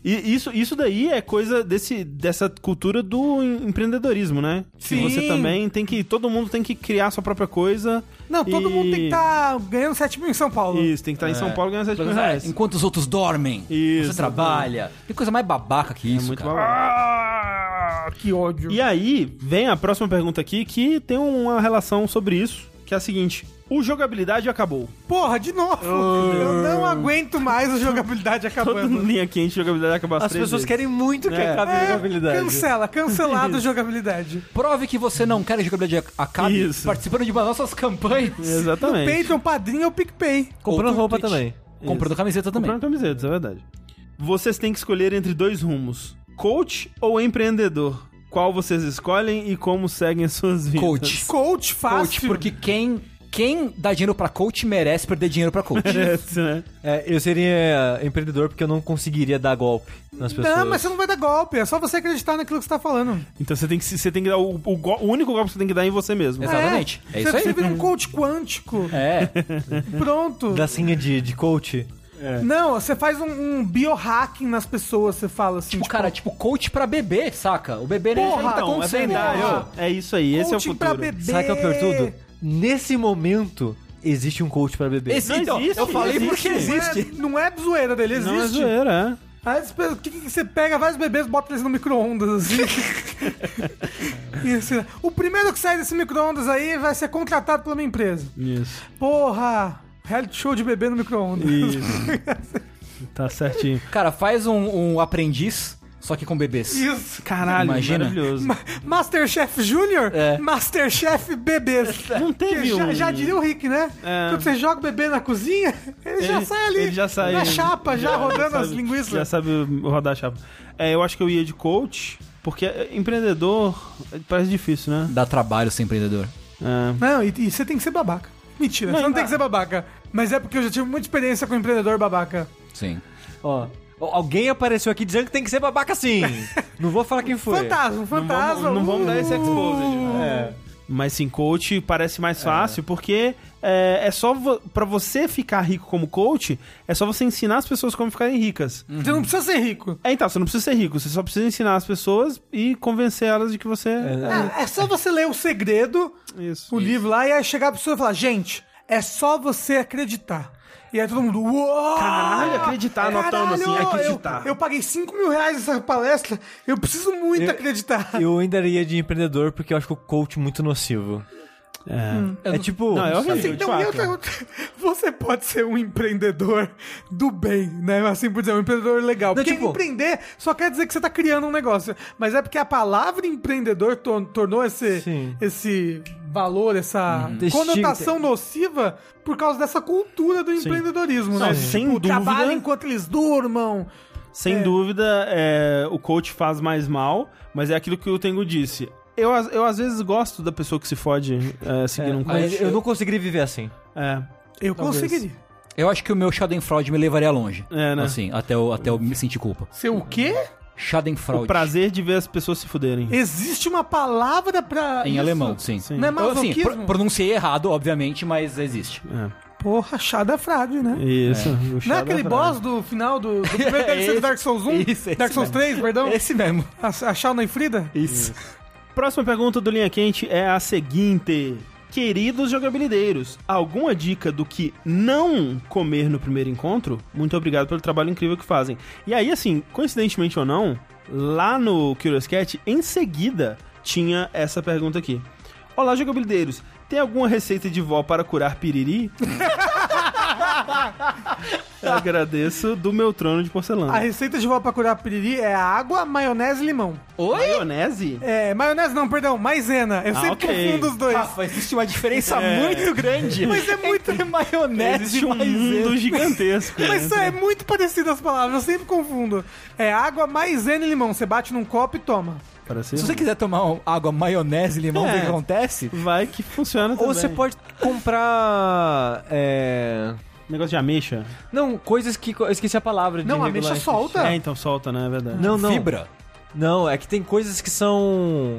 [SPEAKER 1] E isso, isso daí é coisa desse, dessa cultura do em- empreendedorismo, né? Que
[SPEAKER 3] Sim.
[SPEAKER 1] você também tem que. Todo mundo tem que criar sua própria coisa.
[SPEAKER 3] Não, todo
[SPEAKER 1] e-
[SPEAKER 3] mundo tem que estar ganhando 7 mil em São Paulo.
[SPEAKER 1] Isso, tem que estar em São Paulo ganhando 7 mil reais.
[SPEAKER 4] Tipo, é, Enquanto os outros dormem,
[SPEAKER 1] é Isso. É
[SPEAKER 4] você trabalha. Tem coisa mais babaca que isso,
[SPEAKER 1] Muito
[SPEAKER 4] cara.
[SPEAKER 1] babado.
[SPEAKER 3] Ah, que ódio.
[SPEAKER 1] E aí, vem a próxima pergunta aqui que tem uma relação sobre isso, que é a seguinte: o jogabilidade acabou.
[SPEAKER 3] Porra, de novo. Eu não aguento mais a jogabilidade
[SPEAKER 1] Todo né,
[SPEAKER 3] acabando.
[SPEAKER 1] linha quente, jogabilidade acaba às
[SPEAKER 2] As
[SPEAKER 1] três
[SPEAKER 2] pessoas
[SPEAKER 1] vezes.
[SPEAKER 2] querem muito que
[SPEAKER 1] É.
[SPEAKER 2] acabe a jogabilidade.
[SPEAKER 3] Cancela, cancelado a jogabilidade.
[SPEAKER 4] Prove que você não quer que a jogabilidade acabe
[SPEAKER 1] Isso.
[SPEAKER 4] participando de uma das nossas campanhas.
[SPEAKER 1] Exatamente.
[SPEAKER 3] Patreon, é um padrinho ou PicPay.
[SPEAKER 2] Comprando
[SPEAKER 4] Outro
[SPEAKER 2] roupa
[SPEAKER 4] tweet.
[SPEAKER 2] também.
[SPEAKER 4] Comprando camiseta também.
[SPEAKER 1] Comprando camisetas, é verdade. Vocês têm que escolher entre dois rumos: coach ou empreendedor. Qual vocês escolhem e como seguem as suas vidas?
[SPEAKER 4] Coach.
[SPEAKER 3] Coach fácil.
[SPEAKER 4] Coach, porque quem, quem dá dinheiro pra coach merece perder dinheiro pra coach.
[SPEAKER 1] Parece, né?
[SPEAKER 2] É, eu seria empreendedor porque eu não conseguiria dar golpe nas pessoas.
[SPEAKER 3] Não, mas você não vai dar golpe. É só você acreditar naquilo que você tá falando.
[SPEAKER 1] Então você tem que, se- você tem que dar o, o go- o único golpe que você tem que dar é em você mesmo.
[SPEAKER 4] Exato. Exatamente. É
[SPEAKER 3] Você-
[SPEAKER 4] isso aí.
[SPEAKER 3] Você vira um coach quântico.
[SPEAKER 4] é.
[SPEAKER 3] Pronto.
[SPEAKER 2] Gracinha de, de coach.
[SPEAKER 3] Não, você faz um, um biohacking nas pessoas, você fala assim.
[SPEAKER 4] Tipo, cara, tipo, coach pra bebê, saca? O bebê nem
[SPEAKER 1] Então,
[SPEAKER 4] sabe o que tá
[SPEAKER 1] é
[SPEAKER 4] acontecendo.
[SPEAKER 1] verdade,
[SPEAKER 4] entendeu?
[SPEAKER 1] ó. É isso aí, esse é o
[SPEAKER 3] coaching pra
[SPEAKER 1] futuro.
[SPEAKER 3] bebê.
[SPEAKER 2] Sabe o que é o pior tudo? Nesse momento, existe um coach pra bebê.
[SPEAKER 4] Esse-
[SPEAKER 1] Não
[SPEAKER 4] então,
[SPEAKER 1] existe,
[SPEAKER 4] eu falei
[SPEAKER 1] existe.
[SPEAKER 4] porque
[SPEAKER 3] Não é-
[SPEAKER 4] existe.
[SPEAKER 3] Não é zoeira dele, existe.
[SPEAKER 1] Não é zoeira, é.
[SPEAKER 3] Aí as pessoas- o que, que você pega vários bebês, bota eles no micro-ondas, assim. E assim, O primeiro que sair desse micro-ondas aí vai ser contratado pela minha empresa.
[SPEAKER 1] Isso,
[SPEAKER 3] Porra! Reality show de bebê no micro-ondas.
[SPEAKER 1] tá certinho.
[SPEAKER 4] Cara, faz um, um aprendiz, só que com bebês.
[SPEAKER 3] Isso.
[SPEAKER 1] Caralho,
[SPEAKER 4] Imagina.
[SPEAKER 1] maravilhoso.
[SPEAKER 3] Masterchef Júnior?
[SPEAKER 4] É.
[SPEAKER 3] Masterchef bebês.
[SPEAKER 1] Não teve
[SPEAKER 3] já,
[SPEAKER 1] um...
[SPEAKER 3] já diria o Rick, né?
[SPEAKER 1] É.
[SPEAKER 3] Quando você joga o bebê na cozinha, ele, já
[SPEAKER 1] Ele-
[SPEAKER 3] sai ali.
[SPEAKER 1] ele já sai-
[SPEAKER 3] Na chapa, já, rodando as
[SPEAKER 1] sabe-
[SPEAKER 3] linguiças.
[SPEAKER 1] Já sabe rodar a chapa. É, eu acho que eu ia de coach, porque empreendedor é, parece difícil, né?
[SPEAKER 4] Dá trabalho ser empreendedor.
[SPEAKER 1] É.
[SPEAKER 3] Não, e, e você tem que ser babaca. Mentira,
[SPEAKER 1] Não,
[SPEAKER 3] você não
[SPEAKER 1] não.
[SPEAKER 3] tem que ser babaca. Mas é porque eu já tive muita experiência com empreendedor babaca.
[SPEAKER 4] Sim.
[SPEAKER 2] Ó, alguém apareceu aqui dizendo que tem que ser babaca sim. não vou falar quem foi.
[SPEAKER 3] Fantasma,
[SPEAKER 1] Não vamos,
[SPEAKER 3] fantasma.
[SPEAKER 1] não vamos dar esse exposed.
[SPEAKER 3] uh.
[SPEAKER 1] né? Mas sim, coach parece mais fácil, porque é, é só vo para você ficar rico como coach, é só você ensinar as pessoas como ficarem ricas.
[SPEAKER 3] Você não precisa ser rico.
[SPEAKER 1] É, então, você não precisa ser rico, você só precisa ensinar as pessoas e convencer elas de que você. é
[SPEAKER 3] É, é só você ler o segredo,
[SPEAKER 1] Isso.
[SPEAKER 3] o livro lá, e aí chegar pra pessoa e falar, gente, é só você acreditar. E aí todo mundo, uou!
[SPEAKER 1] Caralho, acreditar, anotando assim,
[SPEAKER 3] eu-
[SPEAKER 1] acreditar.
[SPEAKER 3] Eu, paguei 5 mil reais nessa palestra, eu preciso muito acreditar.
[SPEAKER 2] Eu ainda iria de empreendedor porque eu acho que o coach muito nocivo.
[SPEAKER 1] É.
[SPEAKER 2] É tipo.
[SPEAKER 1] Não, é horrível.
[SPEAKER 3] Assim,
[SPEAKER 1] de
[SPEAKER 3] não, e
[SPEAKER 1] fato.
[SPEAKER 3] outra, outra- você pode ser um empreendedor do bem, né? Assim por dizer, um empreendedor legal. Porque
[SPEAKER 2] tipo-
[SPEAKER 3] empreender só quer dizer que você tá criando um negócio. Mas é porque a palavra empreendedor tor- tornou esse,
[SPEAKER 2] Sim.
[SPEAKER 3] esse valor, essa
[SPEAKER 4] Uhum.
[SPEAKER 2] Desse-
[SPEAKER 3] conotação nociva por causa dessa cultura do empreendedorismo,
[SPEAKER 1] Não,
[SPEAKER 3] né?
[SPEAKER 1] sem
[SPEAKER 3] Tipo,
[SPEAKER 1] dúvida.
[SPEAKER 3] Trabalha enquanto eles durmam.
[SPEAKER 1] Sem dúvida, é, o coach faz mais mal, mas é aquilo que o Tengu disse. Eu, às- eu às vezes gosto da pessoa que se fode é, seguindo um
[SPEAKER 2] Mas
[SPEAKER 1] coach.
[SPEAKER 2] eu não conseguiria viver assim.
[SPEAKER 1] É.
[SPEAKER 3] Eu conseguiria.
[SPEAKER 4] Eu acho que o meu Schadenfraude me levaria longe.
[SPEAKER 1] É, né?
[SPEAKER 4] Assim, até eu, até eu me sentir culpa.
[SPEAKER 3] Seu o quê?
[SPEAKER 4] Schadenfraude.
[SPEAKER 1] O prazer de ver as pessoas se fuderem.
[SPEAKER 3] Existe uma palavra pra.
[SPEAKER 4] Em
[SPEAKER 3] isso?
[SPEAKER 4] alemão, sim.
[SPEAKER 1] Sim.
[SPEAKER 3] Não é
[SPEAKER 4] Ou, assim,
[SPEAKER 3] masoquismo?
[SPEAKER 4] pro- pronunciei errado, obviamente, mas existe.
[SPEAKER 1] É.
[SPEAKER 3] Porra, chada fraude, né?
[SPEAKER 1] Isso.
[SPEAKER 3] Não é aquele boss do final do, do primeiro DLC do
[SPEAKER 4] Esse-
[SPEAKER 3] Dark Souls 1?
[SPEAKER 4] isso, esse
[SPEAKER 3] Dark Souls
[SPEAKER 4] mesmo.
[SPEAKER 3] 3, perdão?
[SPEAKER 4] Esse mesmo.
[SPEAKER 3] A, a Shauna e Frida?
[SPEAKER 4] Isso.
[SPEAKER 1] Próxima pergunta do Linha Quente é a seguinte. Queridos jogabilideiros, alguma dica do que não comer no primeiro encontro? Muito obrigado pelo trabalho incrível que fazem. E aí, assim, coincidentemente ou não, lá no Curious Cat, em seguida, tinha essa pergunta aqui. Olá, jogabilideiros, tem alguma receita de vó para curar piriri? Eu agradeço do meu trono de
[SPEAKER 3] A
[SPEAKER 1] porcelana.
[SPEAKER 3] receita de vó pra curar piriri é água, maionese e limão.
[SPEAKER 4] Oi?
[SPEAKER 1] Maionese?
[SPEAKER 3] É, maionese não, perdão, maisena. Eu
[SPEAKER 1] Ah,
[SPEAKER 3] sempre
[SPEAKER 1] ok.
[SPEAKER 3] confundo os dois.
[SPEAKER 4] Rafa, existe uma diferença muito grande.
[SPEAKER 3] Mas é muito-
[SPEAKER 4] entre É. maionese
[SPEAKER 1] Existe
[SPEAKER 4] e
[SPEAKER 1] um
[SPEAKER 4] maisena.
[SPEAKER 1] mundo gigantesco.
[SPEAKER 3] Mas isso
[SPEAKER 1] né?
[SPEAKER 3] é muito parecido as palavras, eu sempre confundo. É água, maisena e limão. Você bate num copo e toma.
[SPEAKER 1] Parece-
[SPEAKER 4] Se você quiser tomar um- água, maionese, limão, o que
[SPEAKER 1] É.
[SPEAKER 4] que acontece?
[SPEAKER 1] Vai que funciona também.
[SPEAKER 2] Ou você pode comprar. É.
[SPEAKER 1] Negócio de ameixa.
[SPEAKER 2] Não, coisas que. Eu esqueci a palavra de
[SPEAKER 3] Não, a ameixa
[SPEAKER 2] regulante.
[SPEAKER 3] solta.
[SPEAKER 1] É, então solta, né? É verdade.
[SPEAKER 2] Não, não.
[SPEAKER 4] Fibra.
[SPEAKER 2] Não, é que tem coisas que são.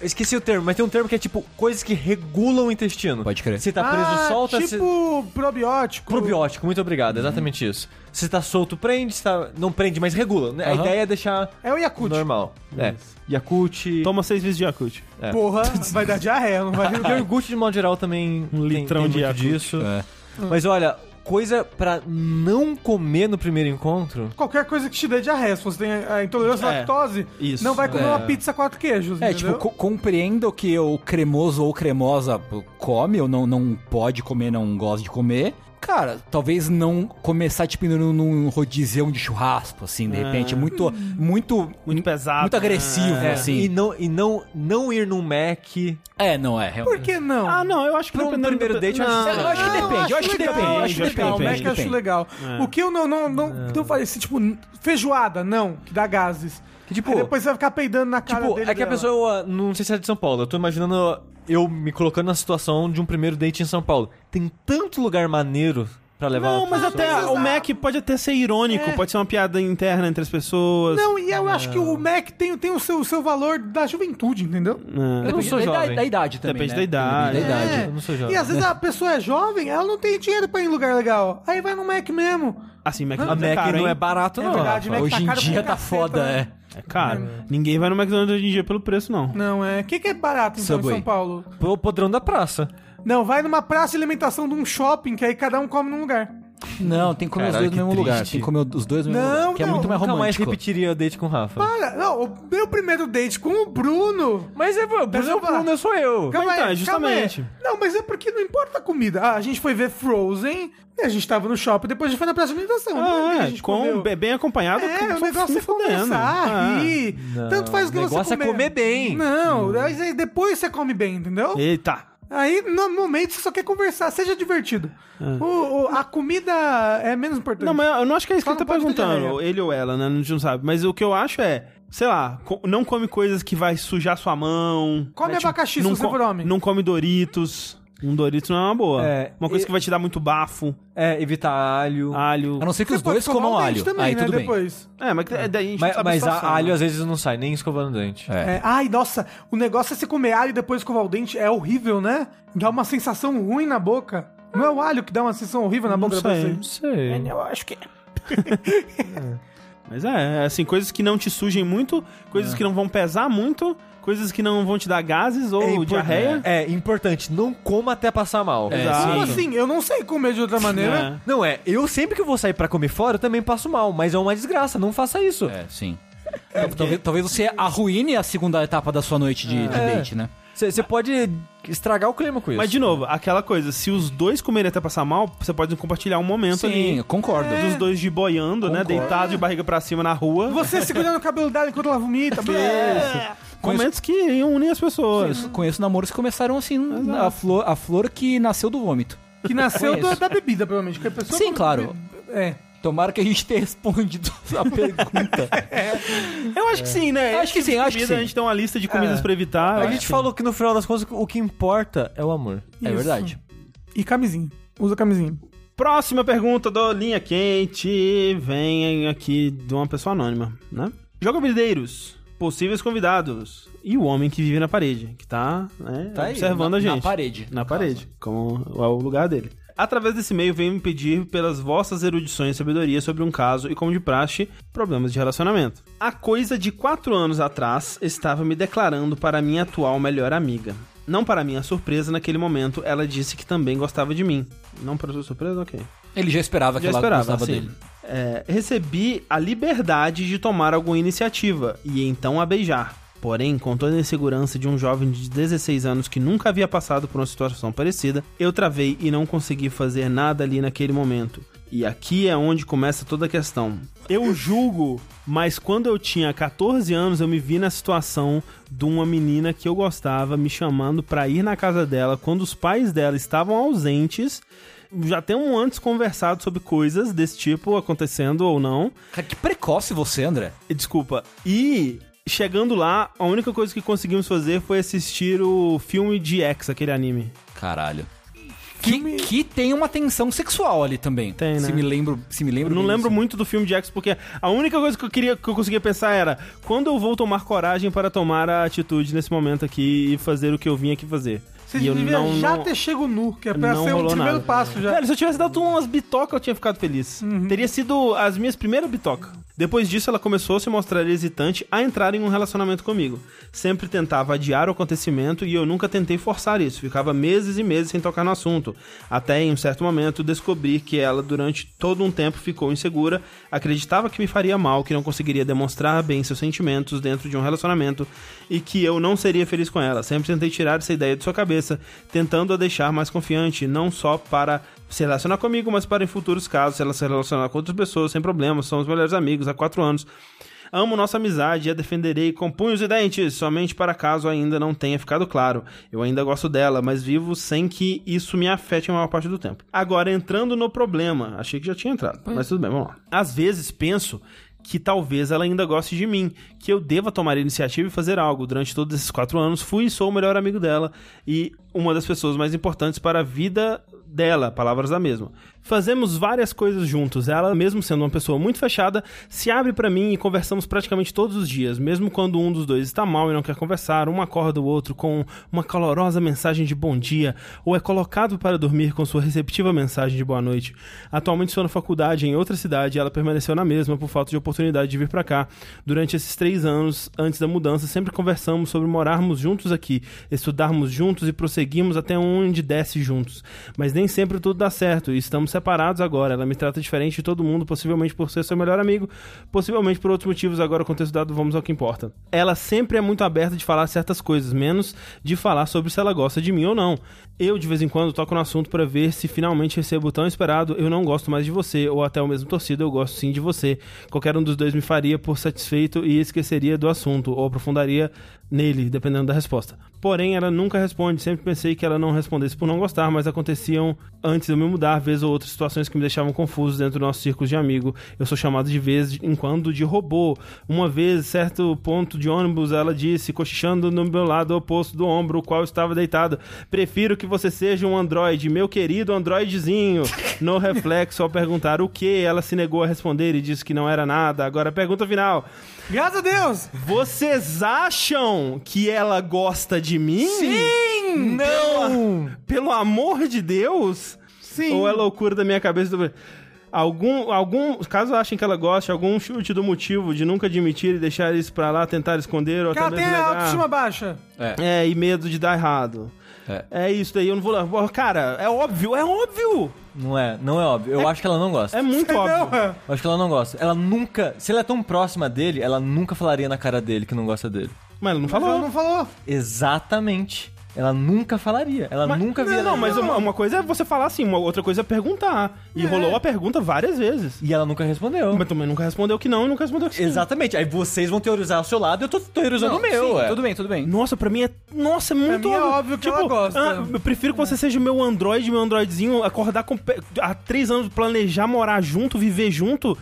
[SPEAKER 2] Eu esqueci o termo, mas tem um termo que é tipo coisas que regulam o intestino.
[SPEAKER 4] Pode crer.
[SPEAKER 2] Se tá preso,
[SPEAKER 3] Ah,
[SPEAKER 2] solta. se-
[SPEAKER 3] Tipo probiótico.
[SPEAKER 2] Probiótico, muito obrigado, exatamente isso. Se tá solto, prende, se tá. Não prende, mas regula. né? A
[SPEAKER 4] Aham.
[SPEAKER 2] ideia é deixar
[SPEAKER 3] É o Yakut.
[SPEAKER 2] normal. É.
[SPEAKER 1] Isso.
[SPEAKER 2] Yakut.
[SPEAKER 1] Toma seis vezes de Yakut.
[SPEAKER 2] É.
[SPEAKER 3] Porra, vai dar diarreia, não vai.
[SPEAKER 2] O Yorgut, de modo geral, também
[SPEAKER 1] Um
[SPEAKER 2] tem-
[SPEAKER 1] litrão
[SPEAKER 2] tem
[SPEAKER 1] de
[SPEAKER 2] muito
[SPEAKER 1] Yakult.
[SPEAKER 2] disso.
[SPEAKER 4] É.
[SPEAKER 2] Mas olha, coisa pra não comer no primeiro encontro.
[SPEAKER 3] Qualquer coisa que te dê diarreia. Se você tem a intolerância à
[SPEAKER 1] É,
[SPEAKER 3] lactose,
[SPEAKER 1] isso.
[SPEAKER 3] não vai comer
[SPEAKER 2] É.
[SPEAKER 3] uma pizza quatro queijos.
[SPEAKER 4] É,
[SPEAKER 3] entendeu?
[SPEAKER 4] tipo, co compreenda o que o cremoso ou cremosa pô, come, ou não, não pode comer, não gosta de comer. Cara, talvez não começar, tipo, indo num- num rodizão de churrasco, assim, de
[SPEAKER 1] É.
[SPEAKER 4] repente. Muito, muito,
[SPEAKER 1] Muito pesado.
[SPEAKER 4] muito agressivo,
[SPEAKER 1] É.
[SPEAKER 2] E
[SPEAKER 4] assim.
[SPEAKER 2] não, e não, não ir num Mac.
[SPEAKER 4] É, não, é. realmente.
[SPEAKER 3] Por que não?
[SPEAKER 1] Ah, não, eu acho que
[SPEAKER 2] Pra um
[SPEAKER 1] dependendo
[SPEAKER 2] primeiro
[SPEAKER 1] do-
[SPEAKER 2] date, eu
[SPEAKER 1] não.
[SPEAKER 2] acho
[SPEAKER 4] Eu acho que
[SPEAKER 3] Não,
[SPEAKER 4] depende, eu acho que
[SPEAKER 3] legal,
[SPEAKER 4] depende.
[SPEAKER 3] eu
[SPEAKER 1] acho que
[SPEAKER 3] acho legal,
[SPEAKER 1] depende,
[SPEAKER 3] o Mac eu acho
[SPEAKER 4] depende.
[SPEAKER 3] legal.
[SPEAKER 1] É.
[SPEAKER 3] O que eu não, não, não, então eu falei assim, tipo, feijoada, não, que dá gases.
[SPEAKER 2] Que, tipo,
[SPEAKER 3] Aí depois você vai ficar peidando na cara
[SPEAKER 2] Tipo,
[SPEAKER 3] dele.
[SPEAKER 2] é que a
[SPEAKER 3] dela.
[SPEAKER 2] pessoa. Não sei se é de São Paulo. Eu tô imaginando eu me colocando na situação de um primeiro date em São Paulo. Tem tanto lugar maneiro pra levar.
[SPEAKER 1] Não,
[SPEAKER 2] uma
[SPEAKER 1] mas
[SPEAKER 2] pessoa.
[SPEAKER 1] até o Mac pode até ser irônico,
[SPEAKER 3] É.
[SPEAKER 1] pode ser uma piada interna entre as pessoas.
[SPEAKER 3] Não, e eu acho que o Mac tem, tem o seu, seu valor da juventude, entendeu?
[SPEAKER 1] Não.
[SPEAKER 2] Eu não sou
[SPEAKER 4] da, da-
[SPEAKER 2] jovem.
[SPEAKER 4] da idade também.
[SPEAKER 1] Depende
[SPEAKER 4] né?
[SPEAKER 1] da idade.
[SPEAKER 4] Depende da idade.
[SPEAKER 3] É.
[SPEAKER 2] eu não sou jovem.
[SPEAKER 3] E às vezes a pessoa é jovem, ela não tem dinheiro pra ir em lugar legal. Aí vai no Mac mesmo.
[SPEAKER 1] Assim, Mac
[SPEAKER 2] A
[SPEAKER 1] não é
[SPEAKER 2] Mac
[SPEAKER 1] caro,
[SPEAKER 2] não
[SPEAKER 1] hein?
[SPEAKER 2] é barato,
[SPEAKER 3] É
[SPEAKER 2] não.
[SPEAKER 3] verdade,
[SPEAKER 2] Rafa.
[SPEAKER 3] Mac
[SPEAKER 4] Hoje
[SPEAKER 3] tá
[SPEAKER 4] em
[SPEAKER 3] caro
[SPEAKER 4] dia
[SPEAKER 3] pra
[SPEAKER 4] tá
[SPEAKER 3] caceta,
[SPEAKER 4] foda,
[SPEAKER 3] né?
[SPEAKER 4] é.
[SPEAKER 1] É caro. Ninguém vai no McDonald's hoje em dia pelo preço, não.
[SPEAKER 3] Não, é. O que, que é barato então
[SPEAKER 4] Subway.
[SPEAKER 3] em São Paulo?
[SPEAKER 1] né?
[SPEAKER 2] O podrão da praça.
[SPEAKER 3] Não, vai numa praça de alimentação de um shopping, que aí cada um come num lugar.
[SPEAKER 4] Não, tem que comer
[SPEAKER 2] Caralho,
[SPEAKER 4] os dois no
[SPEAKER 2] que
[SPEAKER 4] mesmo lugar.
[SPEAKER 2] triste.
[SPEAKER 4] Tem que comer os dois no mesmo
[SPEAKER 3] Não,
[SPEAKER 4] lugar. Que é
[SPEAKER 3] não,
[SPEAKER 4] muito mais
[SPEAKER 2] Nunca mais
[SPEAKER 4] romântico.
[SPEAKER 2] repetiria o date com o Rafa.
[SPEAKER 3] Para! Não, o meu primeiro date com o Bruno.
[SPEAKER 2] Mas é, o
[SPEAKER 3] Deixa eu falar.
[SPEAKER 2] eu sou eu.
[SPEAKER 1] Então,
[SPEAKER 3] aí,
[SPEAKER 1] é justamente.
[SPEAKER 3] aí. Não, mas é porque não importa a comida. Ah, a gente foi ver Frozen, e a gente tava no shopping, depois a gente foi na praça de alimentação. Não,
[SPEAKER 1] Ah,
[SPEAKER 3] a
[SPEAKER 1] é,
[SPEAKER 3] gente
[SPEAKER 1] com,
[SPEAKER 3] comeu.
[SPEAKER 1] bem- bem acompanhado.
[SPEAKER 3] É,
[SPEAKER 1] só
[SPEAKER 3] o negócio é
[SPEAKER 1] se fudendo.
[SPEAKER 3] conversar,
[SPEAKER 1] Ah.
[SPEAKER 3] rir. Tanto faz o que
[SPEAKER 2] o
[SPEAKER 3] você
[SPEAKER 2] negócio é
[SPEAKER 3] comer.
[SPEAKER 2] comer bem. Hum.
[SPEAKER 3] Não, mas aí depois você come bem, entendeu?
[SPEAKER 1] Eita.
[SPEAKER 3] Aí, no momento, você só quer conversar. Seja divertido.
[SPEAKER 2] Ah.
[SPEAKER 3] O- o- a comida é menos importante.
[SPEAKER 1] Não, mas eu não acho que é isso
[SPEAKER 3] Só
[SPEAKER 1] que ele tá
[SPEAKER 3] não pode ter
[SPEAKER 1] perguntando,
[SPEAKER 3] diarreia.
[SPEAKER 1] ele ou ela, né? A gente não sabe. Mas o que eu acho é, sei lá, co- não come coisas que vai sujar sua mão.
[SPEAKER 3] Come
[SPEAKER 1] né?
[SPEAKER 3] abacaxi
[SPEAKER 1] não
[SPEAKER 3] se você
[SPEAKER 1] co-
[SPEAKER 3] for homem.
[SPEAKER 1] Não come Doritos. Um Doritos não é uma boa.
[SPEAKER 2] É,
[SPEAKER 1] uma coisa
[SPEAKER 2] e-
[SPEAKER 1] que vai te dar muito bafo,
[SPEAKER 2] É, evitar alho.
[SPEAKER 1] alho.
[SPEAKER 4] A não ser que os
[SPEAKER 3] Você pode
[SPEAKER 4] dois comam
[SPEAKER 3] escovar o
[SPEAKER 4] alho.
[SPEAKER 3] dente também,
[SPEAKER 4] Aí
[SPEAKER 3] né,
[SPEAKER 4] tudo bem.
[SPEAKER 3] depois.
[SPEAKER 1] É, mas que- é, daí a gente
[SPEAKER 2] Mas,
[SPEAKER 1] não sabe a
[SPEAKER 2] mas
[SPEAKER 1] situação,
[SPEAKER 2] a- alho
[SPEAKER 1] né?
[SPEAKER 2] às vezes não sai, nem escovando dente.
[SPEAKER 4] É.
[SPEAKER 3] É, ai, nossa, o negócio é você comer alho e depois escovar o dente é horrível, né? Dá uma sensação ruim na boca. Não é o alho que dá uma sensação horrível na
[SPEAKER 1] Não
[SPEAKER 3] boca depois
[SPEAKER 1] sei.
[SPEAKER 3] de
[SPEAKER 2] Não sei.
[SPEAKER 1] né?
[SPEAKER 3] Eu acho que é.
[SPEAKER 1] Mas é, assim, coisas que não te sujem muito, coisas que não vão pesar muito, coisas que não vão te dar gases ou
[SPEAKER 2] É impor-
[SPEAKER 1] diarreia.
[SPEAKER 2] É, importante, não coma até passar mal.
[SPEAKER 4] É,
[SPEAKER 1] Exato.
[SPEAKER 3] Como
[SPEAKER 4] sim.
[SPEAKER 3] assim? Eu não sei comer de outra maneira.
[SPEAKER 1] É.
[SPEAKER 2] Não é, eu sempre que vou sair pra comer fora, eu também passo mal, mas é uma desgraça, não faça isso.
[SPEAKER 4] É, sim.
[SPEAKER 3] É.
[SPEAKER 4] Tal- talvez, talvez você arruine a segunda etapa da sua noite de, de
[SPEAKER 2] É.
[SPEAKER 4] date, né?
[SPEAKER 2] Você pode estragar o clima com é isso.
[SPEAKER 1] Mas de novo, aquela coisa, se os dois comerem até passar mal, você pode compartilhar um momento
[SPEAKER 4] Sim,
[SPEAKER 1] ali.
[SPEAKER 4] eu concordo.
[SPEAKER 1] Dos dois de boiando, né?
[SPEAKER 4] Concordo.
[SPEAKER 1] Deitado de barriga pra cima na rua.
[SPEAKER 3] Você segurando o cabelo dela enquanto ela vomita. blé.
[SPEAKER 1] Momentos que unem as pessoas.
[SPEAKER 4] Conheço, conheço namoros que começaram assim, a flor, a flor que nasceu do vômito.
[SPEAKER 3] Que nasceu
[SPEAKER 4] Conheço.
[SPEAKER 3] do- da bebida, provavelmente. Que a pessoa
[SPEAKER 4] Sim,
[SPEAKER 3] come-
[SPEAKER 4] claro.
[SPEAKER 3] É.
[SPEAKER 4] Tomara que a gente tenha respondido a
[SPEAKER 2] É
[SPEAKER 4] pergunta.
[SPEAKER 1] Eu acho que sim, né?
[SPEAKER 4] Acho que
[SPEAKER 1] Esse
[SPEAKER 4] sim,
[SPEAKER 1] tipo de
[SPEAKER 4] acho que
[SPEAKER 1] comida,
[SPEAKER 4] sim.
[SPEAKER 1] A gente tem uma lista de comidas
[SPEAKER 3] É.
[SPEAKER 1] pra evitar. eu
[SPEAKER 2] a
[SPEAKER 1] acho
[SPEAKER 2] gente
[SPEAKER 1] que-
[SPEAKER 2] falou que no final das contas o que importa é o amor.
[SPEAKER 4] é
[SPEAKER 3] Isso.
[SPEAKER 4] verdade.
[SPEAKER 3] E camisinha. Usa camisinha.
[SPEAKER 1] Próxima pergunta do Linha Quente vem aqui de uma pessoa anônima, né? Jogabilideiros, possíveis convidados e o homem que vive na parede, que tá, né,
[SPEAKER 4] Tá aí,
[SPEAKER 1] observando
[SPEAKER 4] na-
[SPEAKER 1] a gente.
[SPEAKER 4] Na parede.
[SPEAKER 1] Na parede, como é o lugar dele. Através desse e-mail, venho me pedir pelas vossas erudições e sabedoria sobre um caso e, como de praxe, problemas de relacionamento. Há coisa de quatro anos atrás, estava me declarando para minha atual melhor amiga. Não para minha surpresa, naquele momento, ela disse que também gostava de mim. Não para sua surpresa? Ok.
[SPEAKER 4] Ele já esperava que
[SPEAKER 1] Já
[SPEAKER 4] ela
[SPEAKER 1] esperava,
[SPEAKER 4] gostava
[SPEAKER 1] assim.
[SPEAKER 4] dele.
[SPEAKER 1] É, recebi a liberdade de tomar alguma iniciativa e então a beijar. Porém, com toda a insegurança de um jovem de 16 anos que nunca havia passado por uma situação parecida, eu travei e não consegui fazer nada ali naquele momento. E aqui é onde começa toda a questão. Eu julgo, mas quando eu tinha 14 anos, eu me vi na situação de uma menina que eu gostava me chamando pra ir na casa dela quando os pais dela estavam ausentes. Já temos antes conversado sobre coisas desse tipo acontecendo ou não.
[SPEAKER 4] Cara, que precoce você, André.
[SPEAKER 1] E, Desculpa. E chegando lá, a única coisa que conseguimos fazer foi assistir o filme de X, aquele anime.
[SPEAKER 4] Caralho. Que, que tem uma tensão sexual ali também.
[SPEAKER 1] Tem, né?
[SPEAKER 4] Se me lembro, se me
[SPEAKER 1] Eu
[SPEAKER 4] lembro.
[SPEAKER 1] não
[SPEAKER 4] bem
[SPEAKER 1] lembro
[SPEAKER 4] disso.
[SPEAKER 1] muito do filme de X, porque a única coisa que eu queria que eu conseguia pensar era quando eu vou tomar coragem para tomar a atitude nesse momento aqui e fazer o que eu vim aqui fazer.
[SPEAKER 3] Vocês
[SPEAKER 1] e eu
[SPEAKER 3] deviam já
[SPEAKER 1] não-
[SPEAKER 3] ter chego nu, que é pra
[SPEAKER 1] não
[SPEAKER 3] ser o
[SPEAKER 1] rolou
[SPEAKER 3] primeiro
[SPEAKER 1] nada.
[SPEAKER 3] passo já.
[SPEAKER 1] Velho, se eu tivesse dado umas bitocas, eu tinha ficado feliz. Teria sido as minhas primeiras bitocas. Depois disso, ela começou a se mostrar hesitante a entrar em um relacionamento comigo. Sempre tentava adiar o acontecimento e eu nunca tentei forçar isso. Ficava meses e meses sem tocar no assunto. Até em um certo momento descobri que ela, durante todo um tempo, ficou insegura, acreditava que me faria mal, que não conseguiria demonstrar bem seus sentimentos dentro de um relacionamento e que eu não seria feliz com ela. Sempre tentei tirar essa ideia de sua cabeça, tentando a deixar mais confiante, não só para se relacionar comigo, mas para em futuros casos, se ela se relacionar com outras pessoas sem problemas. Somos melhores amigos há quatro anos. Amo nossa amizade e a defenderei com punhos e dentes, somente para caso ainda não tenha ficado claro. Eu ainda gosto dela, mas vivo sem que isso me afete a maior parte do tempo. Agora, entrando no problema, achei que já tinha entrado, mas tudo bem, vamos lá. Às vezes penso que talvez ela ainda goste de mim, que eu deva tomar a iniciativa e fazer algo. Durante todos esses quatro anos, fui e sou o melhor amigo dela e uma das pessoas mais importantes para a vida dela, palavras da mesma. Fazemos várias coisas juntos. Ela, mesmo sendo uma pessoa muito fechada, se abre pra mim e conversamos praticamente todos os dias, mesmo quando um dos dois está mal e não quer conversar, um acorda o outro com uma calorosa mensagem de bom dia ou é colocado para dormir com sua receptiva mensagem de boa noite. Atualmente estou na faculdade em outra cidade e ela permaneceu na mesma por falta de oportunidade de vir pra cá. Durante esses três anos antes da mudança, sempre conversamos sobre morarmos juntos aqui, estudarmos juntos e prosseguimos até onde desce juntos. Mas nem sempre tudo dá certo e estamos separados agora. Ela me trata diferente de todo mundo, possivelmente por ser seu melhor amigo, possivelmente por outros motivos. Agora, contexto dado, vamos ao que importa. Ela sempre é muito aberta de falar certas coisas, menos de falar sobre se ela gosta de mim ou não. Eu, de vez em quando, toco no assunto para ver se finalmente recebo o tão esperado. Eu não gosto mais de você, ou até o mesmo torcido, eu gosto sim de você. Qualquer um dos dois me faria por satisfeito e esqueceria do assunto, ou aprofundaria nele, dependendo da resposta. Porém, ela nunca responde. Sempre pensei que ela não respondesse por não gostar, mas aconteciam antes de eu me mudar, vez ou outra, situações que me deixavam confuso dentro do nosso círculo de amigo. Eu sou chamado de vez em quando de robô. Uma vez, certo ponto de ônibus, ela disse, cochichando no meu lado oposto do ombro, o qual eu estava deitado: Prefiro que você seja um androide, meu querido androidezinho. No reflexo, ao perguntar o que, ela se negou a responder e disse que não era nada. Agora, pergunta final:
[SPEAKER 3] Graças a Deus!
[SPEAKER 1] Vocês acham que ela gosta de mim? Sim! Não! Pelo, pelo amor de Deus?
[SPEAKER 3] Sim.
[SPEAKER 1] Ou é loucura da minha cabeça? Do... Algum, algum, caso achem que ela goste, algum chute do motivo de nunca admitir e deixar isso pra lá, tentar esconder ou
[SPEAKER 3] Cara,
[SPEAKER 1] até
[SPEAKER 3] tem
[SPEAKER 1] mesmo
[SPEAKER 3] a
[SPEAKER 1] negar.
[SPEAKER 3] autoestima baixa.
[SPEAKER 1] É, e medo de dar errado.
[SPEAKER 4] É.
[SPEAKER 1] É isso daí, eu não vou lá. Pô, Cara, é óbvio, é óbvio!
[SPEAKER 2] Não é, não é óbvio. Eu acho que ela não gosta.
[SPEAKER 1] É muito
[SPEAKER 3] Não,
[SPEAKER 1] óbvio.
[SPEAKER 3] é.
[SPEAKER 2] Eu acho que ela não gosta. Ela nunca. Se ela é tão próxima dele, ela nunca falaria na cara dele que não gosta dele.
[SPEAKER 1] Mas ela não
[SPEAKER 3] Ela
[SPEAKER 1] falou.
[SPEAKER 3] não falou.
[SPEAKER 2] Exatamente. Ela nunca falaria. Ela
[SPEAKER 1] Mas-
[SPEAKER 2] nunca
[SPEAKER 1] não,
[SPEAKER 2] via.
[SPEAKER 1] Não,
[SPEAKER 2] ela-
[SPEAKER 1] mas uma, uma coisa é você falar assim, uma outra coisa é perguntar. E rolou a pergunta várias vezes.
[SPEAKER 2] E ela nunca respondeu.
[SPEAKER 1] Mas também nunca respondeu que não e nunca respondeu que sim.
[SPEAKER 2] Exatamente. Aí vocês vão teorizar ao seu lado e eu tô teorizando o meu, é.
[SPEAKER 4] Sim,
[SPEAKER 2] ué.
[SPEAKER 4] Tudo bem, tudo bem.
[SPEAKER 1] Nossa, pra mim é. Nossa, é muito
[SPEAKER 3] mim é óbvio que ela gosta.
[SPEAKER 1] ah, eu prefiro que você seja meu Android, meu Androidzinho, acordar com. pe- Há três anos, planejar morar junto, viver junto,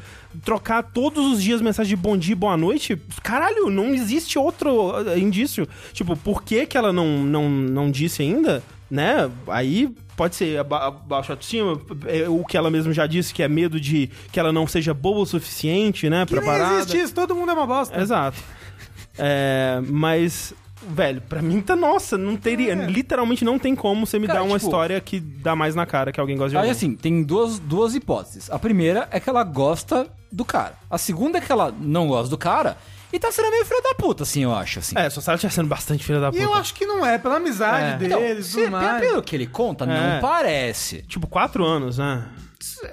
[SPEAKER 1] trocar todos os dias mensagem de bom dia e boa noite, caralho, não existe outro eh, indício. Tipo, por que que ela não, não, não disse ainda, né? Aí pode ser aba- a baixa autoestima, eh, o que ela mesmo já disse, que é medo de que ela não seja boa o suficiente, né?
[SPEAKER 3] Que
[SPEAKER 1] pra
[SPEAKER 3] nem
[SPEAKER 1] parada.
[SPEAKER 3] existe isso, todo mundo é uma bosta.
[SPEAKER 1] Exato. É, mas, velho, pra mim tá nossa, não teria. Literalmente não tem como você me
[SPEAKER 4] Cara,
[SPEAKER 1] dar uma
[SPEAKER 4] tipo-
[SPEAKER 1] história que dá mais na cara que alguém gosta de
[SPEAKER 4] Aí
[SPEAKER 1] alguém.
[SPEAKER 4] assim, tem duas, duas hipóteses. A primeira é que ela gosta do cara. A segunda é que ela não gosta do cara e tá sendo meio filha da puta, assim, eu acho, assim.
[SPEAKER 1] É, só se ela estiver sendo bastante filha da
[SPEAKER 3] E
[SPEAKER 1] puta.
[SPEAKER 3] eu acho que não é, pela amizade
[SPEAKER 1] É.
[SPEAKER 4] Então,
[SPEAKER 3] deles,
[SPEAKER 4] se,
[SPEAKER 3] tudo
[SPEAKER 4] pe-
[SPEAKER 3] mais.
[SPEAKER 4] pelo que ele
[SPEAKER 1] É.
[SPEAKER 4] conta, não parece.
[SPEAKER 1] Tipo, quatro anos, né?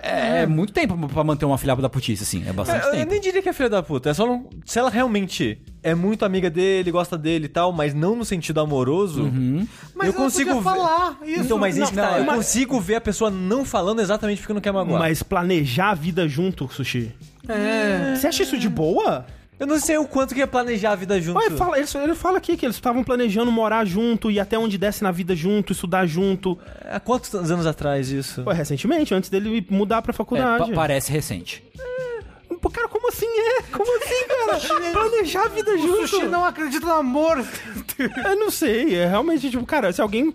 [SPEAKER 4] É, é muito tempo pra manter uma filha da putice, assim. É bastante
[SPEAKER 2] Eu, eu
[SPEAKER 4] tempo.
[SPEAKER 2] nem diria que é filha da puta. É só não- se ela realmente é muito amiga dele, gosta dele e tal, mas não no sentido amoroso.
[SPEAKER 3] Mas ela
[SPEAKER 2] eu consigo
[SPEAKER 3] podia falar isso.
[SPEAKER 2] Uhum. Então, mas isso que
[SPEAKER 1] Não,
[SPEAKER 2] tá, eu
[SPEAKER 1] mas-
[SPEAKER 2] consigo ver a pessoa não falando exatamente porque não quer magoar.
[SPEAKER 1] Mas planejar a vida junto, Sushi. É. Você acha isso de boa?
[SPEAKER 2] Eu não sei o quanto que é planejar a vida junto.
[SPEAKER 1] Ué, fala, ele, ele fala aqui que eles estavam planejando morar junto e até onde desce na vida junto, estudar junto.
[SPEAKER 2] É, Há quantos anos atrás isso?
[SPEAKER 1] Ué, recentemente, antes dele ir mudar pra
[SPEAKER 4] É, pa-
[SPEAKER 1] faculdade.
[SPEAKER 4] parece recente.
[SPEAKER 1] Pô, Cara, como assim é? Como assim, cara? planejar a vida
[SPEAKER 3] O
[SPEAKER 1] junto.
[SPEAKER 3] sushi não acredita no amor.
[SPEAKER 1] Eu não sei, é realmente, tipo, cara, se alguém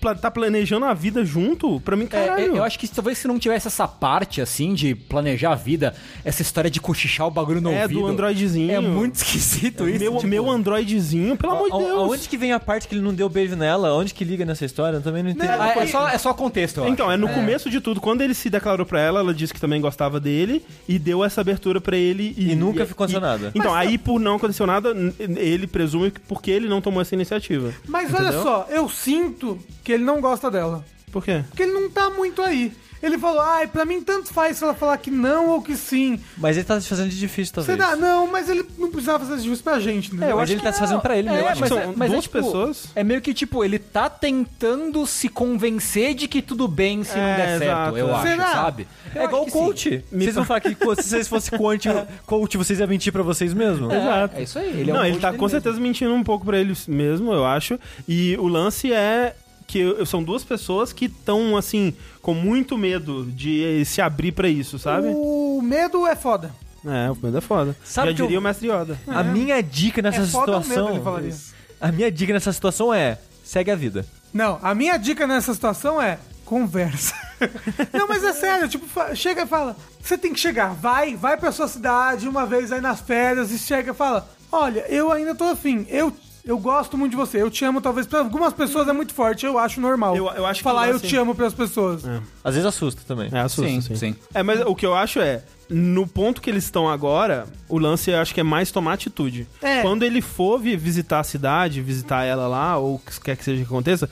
[SPEAKER 1] pla- tá planejando a vida junto, pra mim,
[SPEAKER 4] É,
[SPEAKER 1] caralho.
[SPEAKER 4] é, eu acho que talvez se não tivesse essa parte, assim, de planejar a vida, essa história de cochichar o bagulho no
[SPEAKER 1] É,
[SPEAKER 4] ouvido.
[SPEAKER 1] do androidezinho.
[SPEAKER 4] É muito esquisito isso.
[SPEAKER 1] Meu,
[SPEAKER 4] tipo,
[SPEAKER 1] meu androidezinho, pelo amor de
[SPEAKER 2] A- a-
[SPEAKER 1] Deus.
[SPEAKER 2] Aonde que vem a parte que ele não deu beijo nela? Onde que liga nessa história? Eu também não entendo.
[SPEAKER 4] Ah, é, só, é só contexto, eu
[SPEAKER 1] Então, é no começo de tudo, quando ele se declarou pra ela, ela disse que também gostava dele e deu essa abertura pra ele e,
[SPEAKER 2] E nunca ficou
[SPEAKER 1] e-
[SPEAKER 2] nada.
[SPEAKER 1] Então, aí por não acontecer nada, n- ele presume que porque ele não tomou essa iniciativa.
[SPEAKER 3] Mas olha só, eu sinto que ele não gosta dela.
[SPEAKER 1] Por quê?
[SPEAKER 3] Porque ele não tá muito aí. Ele falou, ai, pra mim tanto faz se ela falar que não ou que sim.
[SPEAKER 2] Mas ele tá se fazendo de difícil, talvez.
[SPEAKER 3] Você dá, não, mas ele não precisava fazer isso justo pra gente,
[SPEAKER 1] É,
[SPEAKER 3] né?
[SPEAKER 4] Mas
[SPEAKER 2] eu
[SPEAKER 4] tá
[SPEAKER 2] acho que-
[SPEAKER 4] mesmo.
[SPEAKER 2] não, é, mas
[SPEAKER 4] mas
[SPEAKER 1] são
[SPEAKER 4] é, mas é,
[SPEAKER 1] duas
[SPEAKER 4] tipo,
[SPEAKER 1] pessoas.
[SPEAKER 4] É meio que tipo, ele tá tentando se convencer de que tudo bem
[SPEAKER 1] É,
[SPEAKER 4] se não der
[SPEAKER 1] exato.
[SPEAKER 4] certo, eu acho,
[SPEAKER 3] Será?
[SPEAKER 4] sabe?
[SPEAKER 2] É igual o
[SPEAKER 4] coach.
[SPEAKER 2] coach. Vocês vão falar que co- se vocês fossem coach,
[SPEAKER 1] É.
[SPEAKER 2] coach, vocês iam mentir pra vocês mesmos?
[SPEAKER 4] Exato. É isso aí. Ele é
[SPEAKER 1] não,
[SPEAKER 4] um
[SPEAKER 1] ele
[SPEAKER 4] coach
[SPEAKER 1] tá
[SPEAKER 4] dele
[SPEAKER 1] com certeza mentindo um pouco pra ele mesmo, eu acho. E o lance é que eu- são duas pessoas que estão, assim, com muito medo de se abrir pra isso, sabe?
[SPEAKER 3] O medo é foda.
[SPEAKER 1] É, o medo é foda.
[SPEAKER 2] Sabe
[SPEAKER 1] Já
[SPEAKER 2] que eu-
[SPEAKER 1] diria o mestre Yoda.
[SPEAKER 2] A minha dica nessa
[SPEAKER 3] É foda o medo,
[SPEAKER 2] situação.
[SPEAKER 3] ele falaria.
[SPEAKER 2] a minha dica nessa situação é: segue a vida.
[SPEAKER 3] Não, a minha dica nessa situação é conversa. não, mas é sério, tipo, fa- chega e fala, você tem que chegar, vai, vai pra sua cidade uma vez aí nas férias e chega e fala, olha, eu ainda tô afim, eu, eu gosto muito de você, eu te amo, talvez pra algumas pessoas é muito forte, eu acho normal.
[SPEAKER 1] Eu- eu acho que
[SPEAKER 3] falar
[SPEAKER 1] não é
[SPEAKER 3] eu
[SPEAKER 1] assim.
[SPEAKER 3] te amo pras pessoas.
[SPEAKER 2] Às vezes assusta também.
[SPEAKER 1] É, assusta,
[SPEAKER 4] Sim,
[SPEAKER 1] sim.
[SPEAKER 4] sim.
[SPEAKER 1] É, mas o que eu acho é, no ponto que eles estão agora, o lance eu acho que é mais tomar atitude.
[SPEAKER 3] É.
[SPEAKER 1] Quando ele for vi- visitar a cidade, visitar ela lá, ou o que quer que seja que aconteça,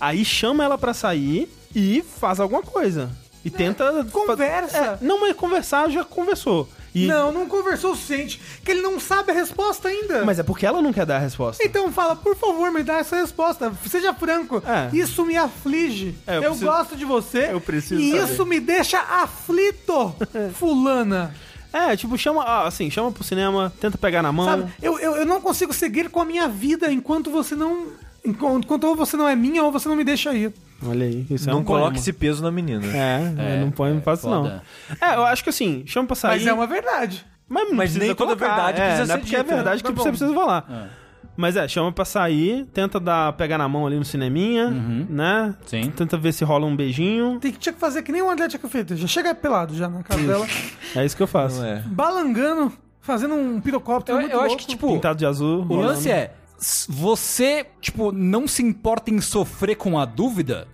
[SPEAKER 1] aí chama ela pra sair e faz alguma coisa. E tenta...
[SPEAKER 3] Conversa.
[SPEAKER 1] É, não, mas conversar já conversou. E-
[SPEAKER 3] Não, não conversou o suficiente, que ele não sabe a resposta ainda.
[SPEAKER 1] Mas é porque ela não quer dar a resposta.
[SPEAKER 3] Então fala, por favor, me dá essa resposta. Seja franco.
[SPEAKER 1] É.
[SPEAKER 3] Isso me aflige.
[SPEAKER 1] É, eu
[SPEAKER 3] eu
[SPEAKER 1] preciso-
[SPEAKER 3] gosto de você.
[SPEAKER 1] Eu preciso
[SPEAKER 3] E
[SPEAKER 1] saber.
[SPEAKER 3] isso me deixa aflito, fulana.
[SPEAKER 1] É, tipo, chama, ah, assim, chama pro cinema, tenta pegar na mão.
[SPEAKER 3] Sabe? Eu, eu, eu não consigo seguir com a minha vida enquanto você não. enquan- Enquanto ou você não é minha ou você não me deixa ir.
[SPEAKER 1] Olha aí, isso é
[SPEAKER 2] Não
[SPEAKER 1] um
[SPEAKER 2] coloque
[SPEAKER 1] poema.
[SPEAKER 2] esse peso na menina.
[SPEAKER 1] É,
[SPEAKER 4] É,
[SPEAKER 1] não põe, não
[SPEAKER 4] é
[SPEAKER 1] faço não.
[SPEAKER 4] foda.
[SPEAKER 1] É, eu acho que assim, chama pra sair.
[SPEAKER 3] Mas é uma verdade.
[SPEAKER 1] Mas, não
[SPEAKER 2] Mas
[SPEAKER 1] precisa
[SPEAKER 2] nem toda
[SPEAKER 1] colocar,
[SPEAKER 2] verdade
[SPEAKER 1] é,
[SPEAKER 2] precisa
[SPEAKER 1] não é
[SPEAKER 2] ser
[SPEAKER 1] porque
[SPEAKER 2] dita,
[SPEAKER 1] é verdade
[SPEAKER 3] né?
[SPEAKER 1] que
[SPEAKER 3] Tá
[SPEAKER 1] você
[SPEAKER 3] bom.
[SPEAKER 1] precisa falar. Mas é, chama pra sair, tenta dar, pegar na mão ali no cineminha, né?
[SPEAKER 4] Sim.
[SPEAKER 1] Tenta ver se rola um beijinho.
[SPEAKER 3] Tem que, tinha que fazer que nem o André tinha feito. Já chega pelado já na casa dela,
[SPEAKER 1] É isso que eu faço.
[SPEAKER 2] Não é.
[SPEAKER 3] balangando, fazendo um pirocóptero.
[SPEAKER 4] Eu,
[SPEAKER 3] muito
[SPEAKER 4] eu acho
[SPEAKER 3] louco.
[SPEAKER 4] que, tipo,
[SPEAKER 1] Pintado de azul.
[SPEAKER 4] o lance é: s- você, tipo, não se importa em sofrer com a dúvida.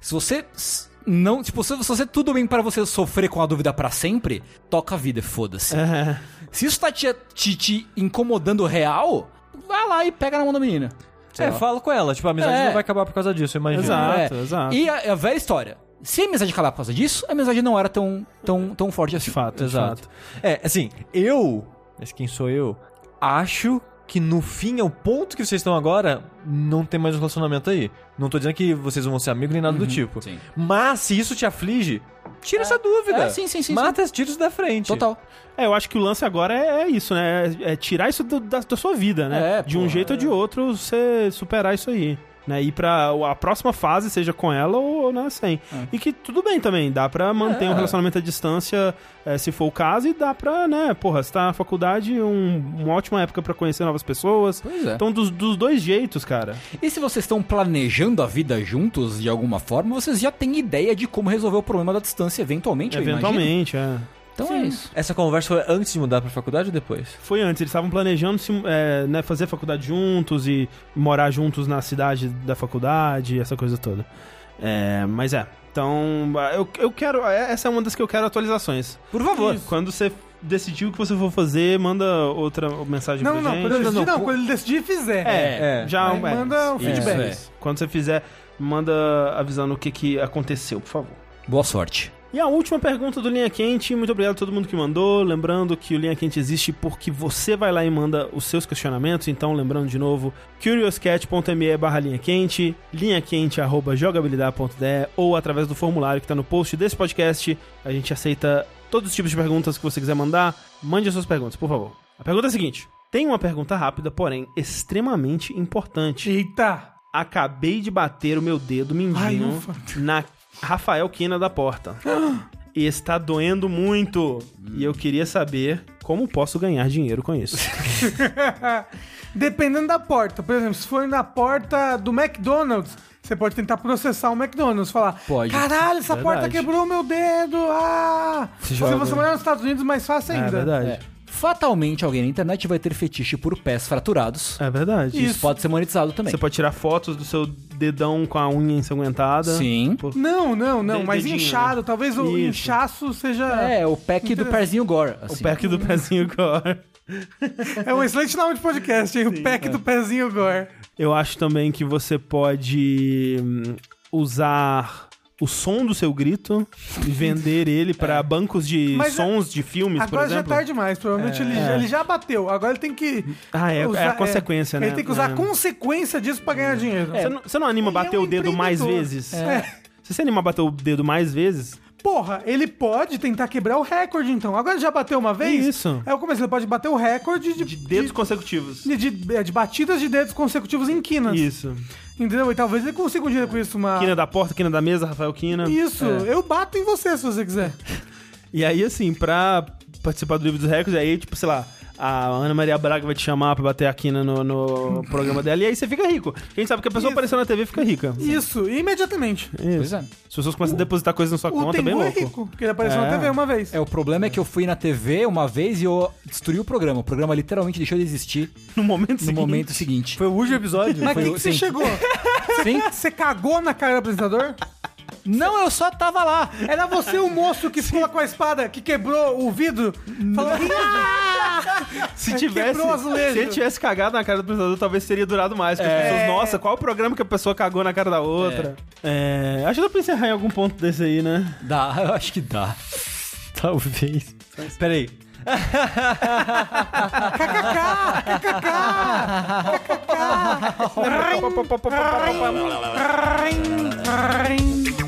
[SPEAKER 4] Se você s- não. Tipo, se se você tudo bem pra você sofrer com a dúvida pra sempre, toca a vida, foda-se.
[SPEAKER 1] É.
[SPEAKER 4] Se isso tá te, te, te incomodando real, vai lá e pega na mão da menina.
[SPEAKER 2] É, fala com ela. Tipo, a amizade
[SPEAKER 4] É.
[SPEAKER 2] não vai acabar por causa disso, eu imagino.
[SPEAKER 1] Exato, exato.
[SPEAKER 4] E a, a velha história. Se a amizade acabar por causa disso, a amizade não era tão, tão, tão forte assim.
[SPEAKER 1] De fato,
[SPEAKER 2] Exato.
[SPEAKER 1] de fato.
[SPEAKER 2] É, assim, eu, mas quem sou eu, acho que no fim, ao ponto que vocês estão agora, não tem mais um relacionamento aí. Não tô dizendo que vocês vão ser amigos nem nada do tipo.
[SPEAKER 4] Uhum, sim.
[SPEAKER 2] Mas se isso te aflige, tira essa dúvida.
[SPEAKER 4] É, sim, sim, sim,
[SPEAKER 2] Mata esse tiro da frente.
[SPEAKER 4] Total.
[SPEAKER 1] É, eu acho que o lance agora é, é isso, né? É, é tirar isso do- da, da sua vida, né?
[SPEAKER 4] É,
[SPEAKER 1] de um
[SPEAKER 4] pô,
[SPEAKER 1] jeito ou de outro, você superar isso aí. Né? E pra a próxima fase, seja com ela ou, ou né, sem.
[SPEAKER 4] É.
[SPEAKER 1] E que tudo bem também, dá pra manter um relacionamento à distância, eh, se for o caso, e dá pra, né, porra, você tá na faculdade, um, uma ótima época pra conhecer novas pessoas.
[SPEAKER 4] Pois é.
[SPEAKER 1] Então, dos, dos dois jeitos, cara.
[SPEAKER 4] E se vocês estão planejando a vida juntos de alguma forma, vocês já têm ideia de como resolver o problema da distância eventualmente, eu imagino.
[SPEAKER 1] eventualmente, é.
[SPEAKER 4] Então é isso.
[SPEAKER 2] Essa conversa foi antes de mudar pra faculdade ou depois?
[SPEAKER 1] Foi antes, eles estavam planejando se, eh, né, fazer faculdade juntos e morar juntos na cidade da faculdade, essa coisa toda. É, mas é. Então, eu, eu quero. é- Essa é uma das que eu quero atualizações.
[SPEAKER 2] Por
[SPEAKER 1] Quando você decidir o que você for fazer, manda outra mensagem pra
[SPEAKER 3] Não, não, não.
[SPEAKER 1] gente.
[SPEAKER 3] Quando ele
[SPEAKER 2] Não, não,
[SPEAKER 3] decidir, não.
[SPEAKER 2] co-
[SPEAKER 3] Quando ele decidir, fizer.
[SPEAKER 1] É,
[SPEAKER 2] É.
[SPEAKER 1] já
[SPEAKER 3] Aí
[SPEAKER 1] é,
[SPEAKER 3] manda o
[SPEAKER 1] isso,
[SPEAKER 3] feedback.
[SPEAKER 1] isso. Quando você fizer, manda avisando o que, que aconteceu, por favor.
[SPEAKER 4] Boa sorte.
[SPEAKER 1] E a última pergunta do Linha Quente, muito obrigado a todo mundo que mandou. Lembrando que o Linha Quente existe porque você vai lá e manda os seus questionamentos. Então, lembrando de novo, curiouscat.me barra linha quente, linhaquente.jogabilidade.de ou através do formulário que tá no post desse podcast. A gente aceita todos os tipos de perguntas que você quiser mandar. Mande as suas perguntas, por favor. A pergunta é a seguinte: tem uma pergunta rápida, porém extremamente importante.
[SPEAKER 3] Eita.
[SPEAKER 1] Acabei de bater o meu dedo
[SPEAKER 3] Ai,
[SPEAKER 1] mindinho
[SPEAKER 3] ufa.
[SPEAKER 1] na Rafael Quina da porta. E está doendo muito. E eu queria saber como posso ganhar dinheiro com isso.
[SPEAKER 3] É. Dependendo da porta. Por exemplo, se for na porta do McDonald's, você pode tentar processar o McDonald's. Falar,
[SPEAKER 4] Pode.
[SPEAKER 3] caralho, essa
[SPEAKER 1] Verdade.
[SPEAKER 3] porta quebrou meu dedo. Ah!
[SPEAKER 2] Se
[SPEAKER 3] Ou
[SPEAKER 2] joga.
[SPEAKER 3] Se você morar nos Estados Unidos, mais fácil
[SPEAKER 1] É,
[SPEAKER 3] ainda.
[SPEAKER 4] Fatalmente, alguém na internet vai ter fetiche por pés fraturados.
[SPEAKER 1] É, verdade.
[SPEAKER 4] Isso pode ser monetizado também.
[SPEAKER 1] Você pode tirar fotos do seu dedão com a unha ensanguentada.
[SPEAKER 4] Sim.
[SPEAKER 3] Não, não, não.
[SPEAKER 1] De-
[SPEAKER 3] mas
[SPEAKER 1] dedinho,
[SPEAKER 3] inchado.
[SPEAKER 1] né?
[SPEAKER 3] Talvez o
[SPEAKER 1] Isso.
[SPEAKER 3] inchaço seja... É.
[SPEAKER 4] É, o pack do pezinho gore.
[SPEAKER 1] O
[SPEAKER 4] assim.
[SPEAKER 1] pack do pezinho gore.
[SPEAKER 3] um excelente nome de podcast, hein? o
[SPEAKER 1] é.
[SPEAKER 3] pack do pezinho gore.
[SPEAKER 1] Eu acho também que você pode hum, usar o som do seu grito e vender ele pra bancos de
[SPEAKER 3] É. Mas a-
[SPEAKER 1] sons de filmes, por
[SPEAKER 3] Agora já é
[SPEAKER 1] exemplo.
[SPEAKER 3] tarde demais. Provavelmente ele, já- ele já bateu. Agora ele tem que...
[SPEAKER 1] Ah, é, é
[SPEAKER 3] usar-
[SPEAKER 1] a consequência, né?
[SPEAKER 3] Ele tem que usar
[SPEAKER 1] É.
[SPEAKER 3] a consequência disso pra ganhar dinheiro.
[SPEAKER 1] Você, não, você não anima a
[SPEAKER 3] Ele é
[SPEAKER 1] bater
[SPEAKER 3] um
[SPEAKER 1] o dedo mais
[SPEAKER 3] empreendedor.
[SPEAKER 1] vezes?
[SPEAKER 3] É.
[SPEAKER 1] Se você animar a bater o dedo mais vezes,
[SPEAKER 3] Porra, ele pode tentar quebrar o recorde, então. Agora ele já bateu uma vez?
[SPEAKER 1] Isso.
[SPEAKER 3] É o começo, ele pode bater o recorde de,
[SPEAKER 1] de dedos consecutivos.
[SPEAKER 3] de, de- é, de batidas de dedos consecutivos em quinas.
[SPEAKER 1] Isso.
[SPEAKER 3] Entendeu? E talvez ele consiga um dinheiro com isso, uma.
[SPEAKER 1] Quina É. da porta, quina da mesa, Rafael Quina.
[SPEAKER 3] Isso, eu bato em você se você quiser.
[SPEAKER 1] E aí, assim, pra participar do livro dos recordes, aí, tipo, sei lá, a Ana Maria Braga vai te chamar pra bater a quina no, no programa dela, e aí você fica rico. A gente sabe que a pessoa
[SPEAKER 3] Isso.
[SPEAKER 1] apareceu na TV fica rica.
[SPEAKER 3] Isso, imediatamente.
[SPEAKER 1] Isso.
[SPEAKER 4] Pois é.
[SPEAKER 1] As pessoas começam a depositar coisas na sua
[SPEAKER 3] O
[SPEAKER 1] conta, bem
[SPEAKER 3] Tengu é
[SPEAKER 1] louco.
[SPEAKER 3] rico, porque ele apareceu
[SPEAKER 1] É.
[SPEAKER 3] na TV uma vez.
[SPEAKER 4] É, o problema é que eu fui na TV uma vez e eu destruí o programa. O programa literalmente deixou de existir
[SPEAKER 1] No momento
[SPEAKER 4] no
[SPEAKER 1] seguinte.
[SPEAKER 4] momento seguinte.
[SPEAKER 2] Foi o último episódio?
[SPEAKER 3] Mas
[SPEAKER 4] Foi
[SPEAKER 3] o que,
[SPEAKER 4] o-
[SPEAKER 3] que você
[SPEAKER 4] sim.
[SPEAKER 3] chegou?
[SPEAKER 4] Sim?
[SPEAKER 3] Você cagou na cara do apresentador?
[SPEAKER 4] Não, eu só tava lá.
[SPEAKER 3] Era você o moço que pula com a espada, que quebrou o vidro? Falou,
[SPEAKER 1] Se
[SPEAKER 3] É,
[SPEAKER 1] tivesse,
[SPEAKER 3] quebrou o azulejo.
[SPEAKER 1] se ele tivesse cagado na cara do apresentador, talvez teria durado mais. Porque as pessoas, nossa, qual o programa que a pessoa cagou na cara da outra? É, acho que dá pra encerrar em algum ponto desse aí, né?
[SPEAKER 4] Dá, eu acho que dá.
[SPEAKER 2] Talvez. Peraí.
[SPEAKER 3] "Rim, rim, rim."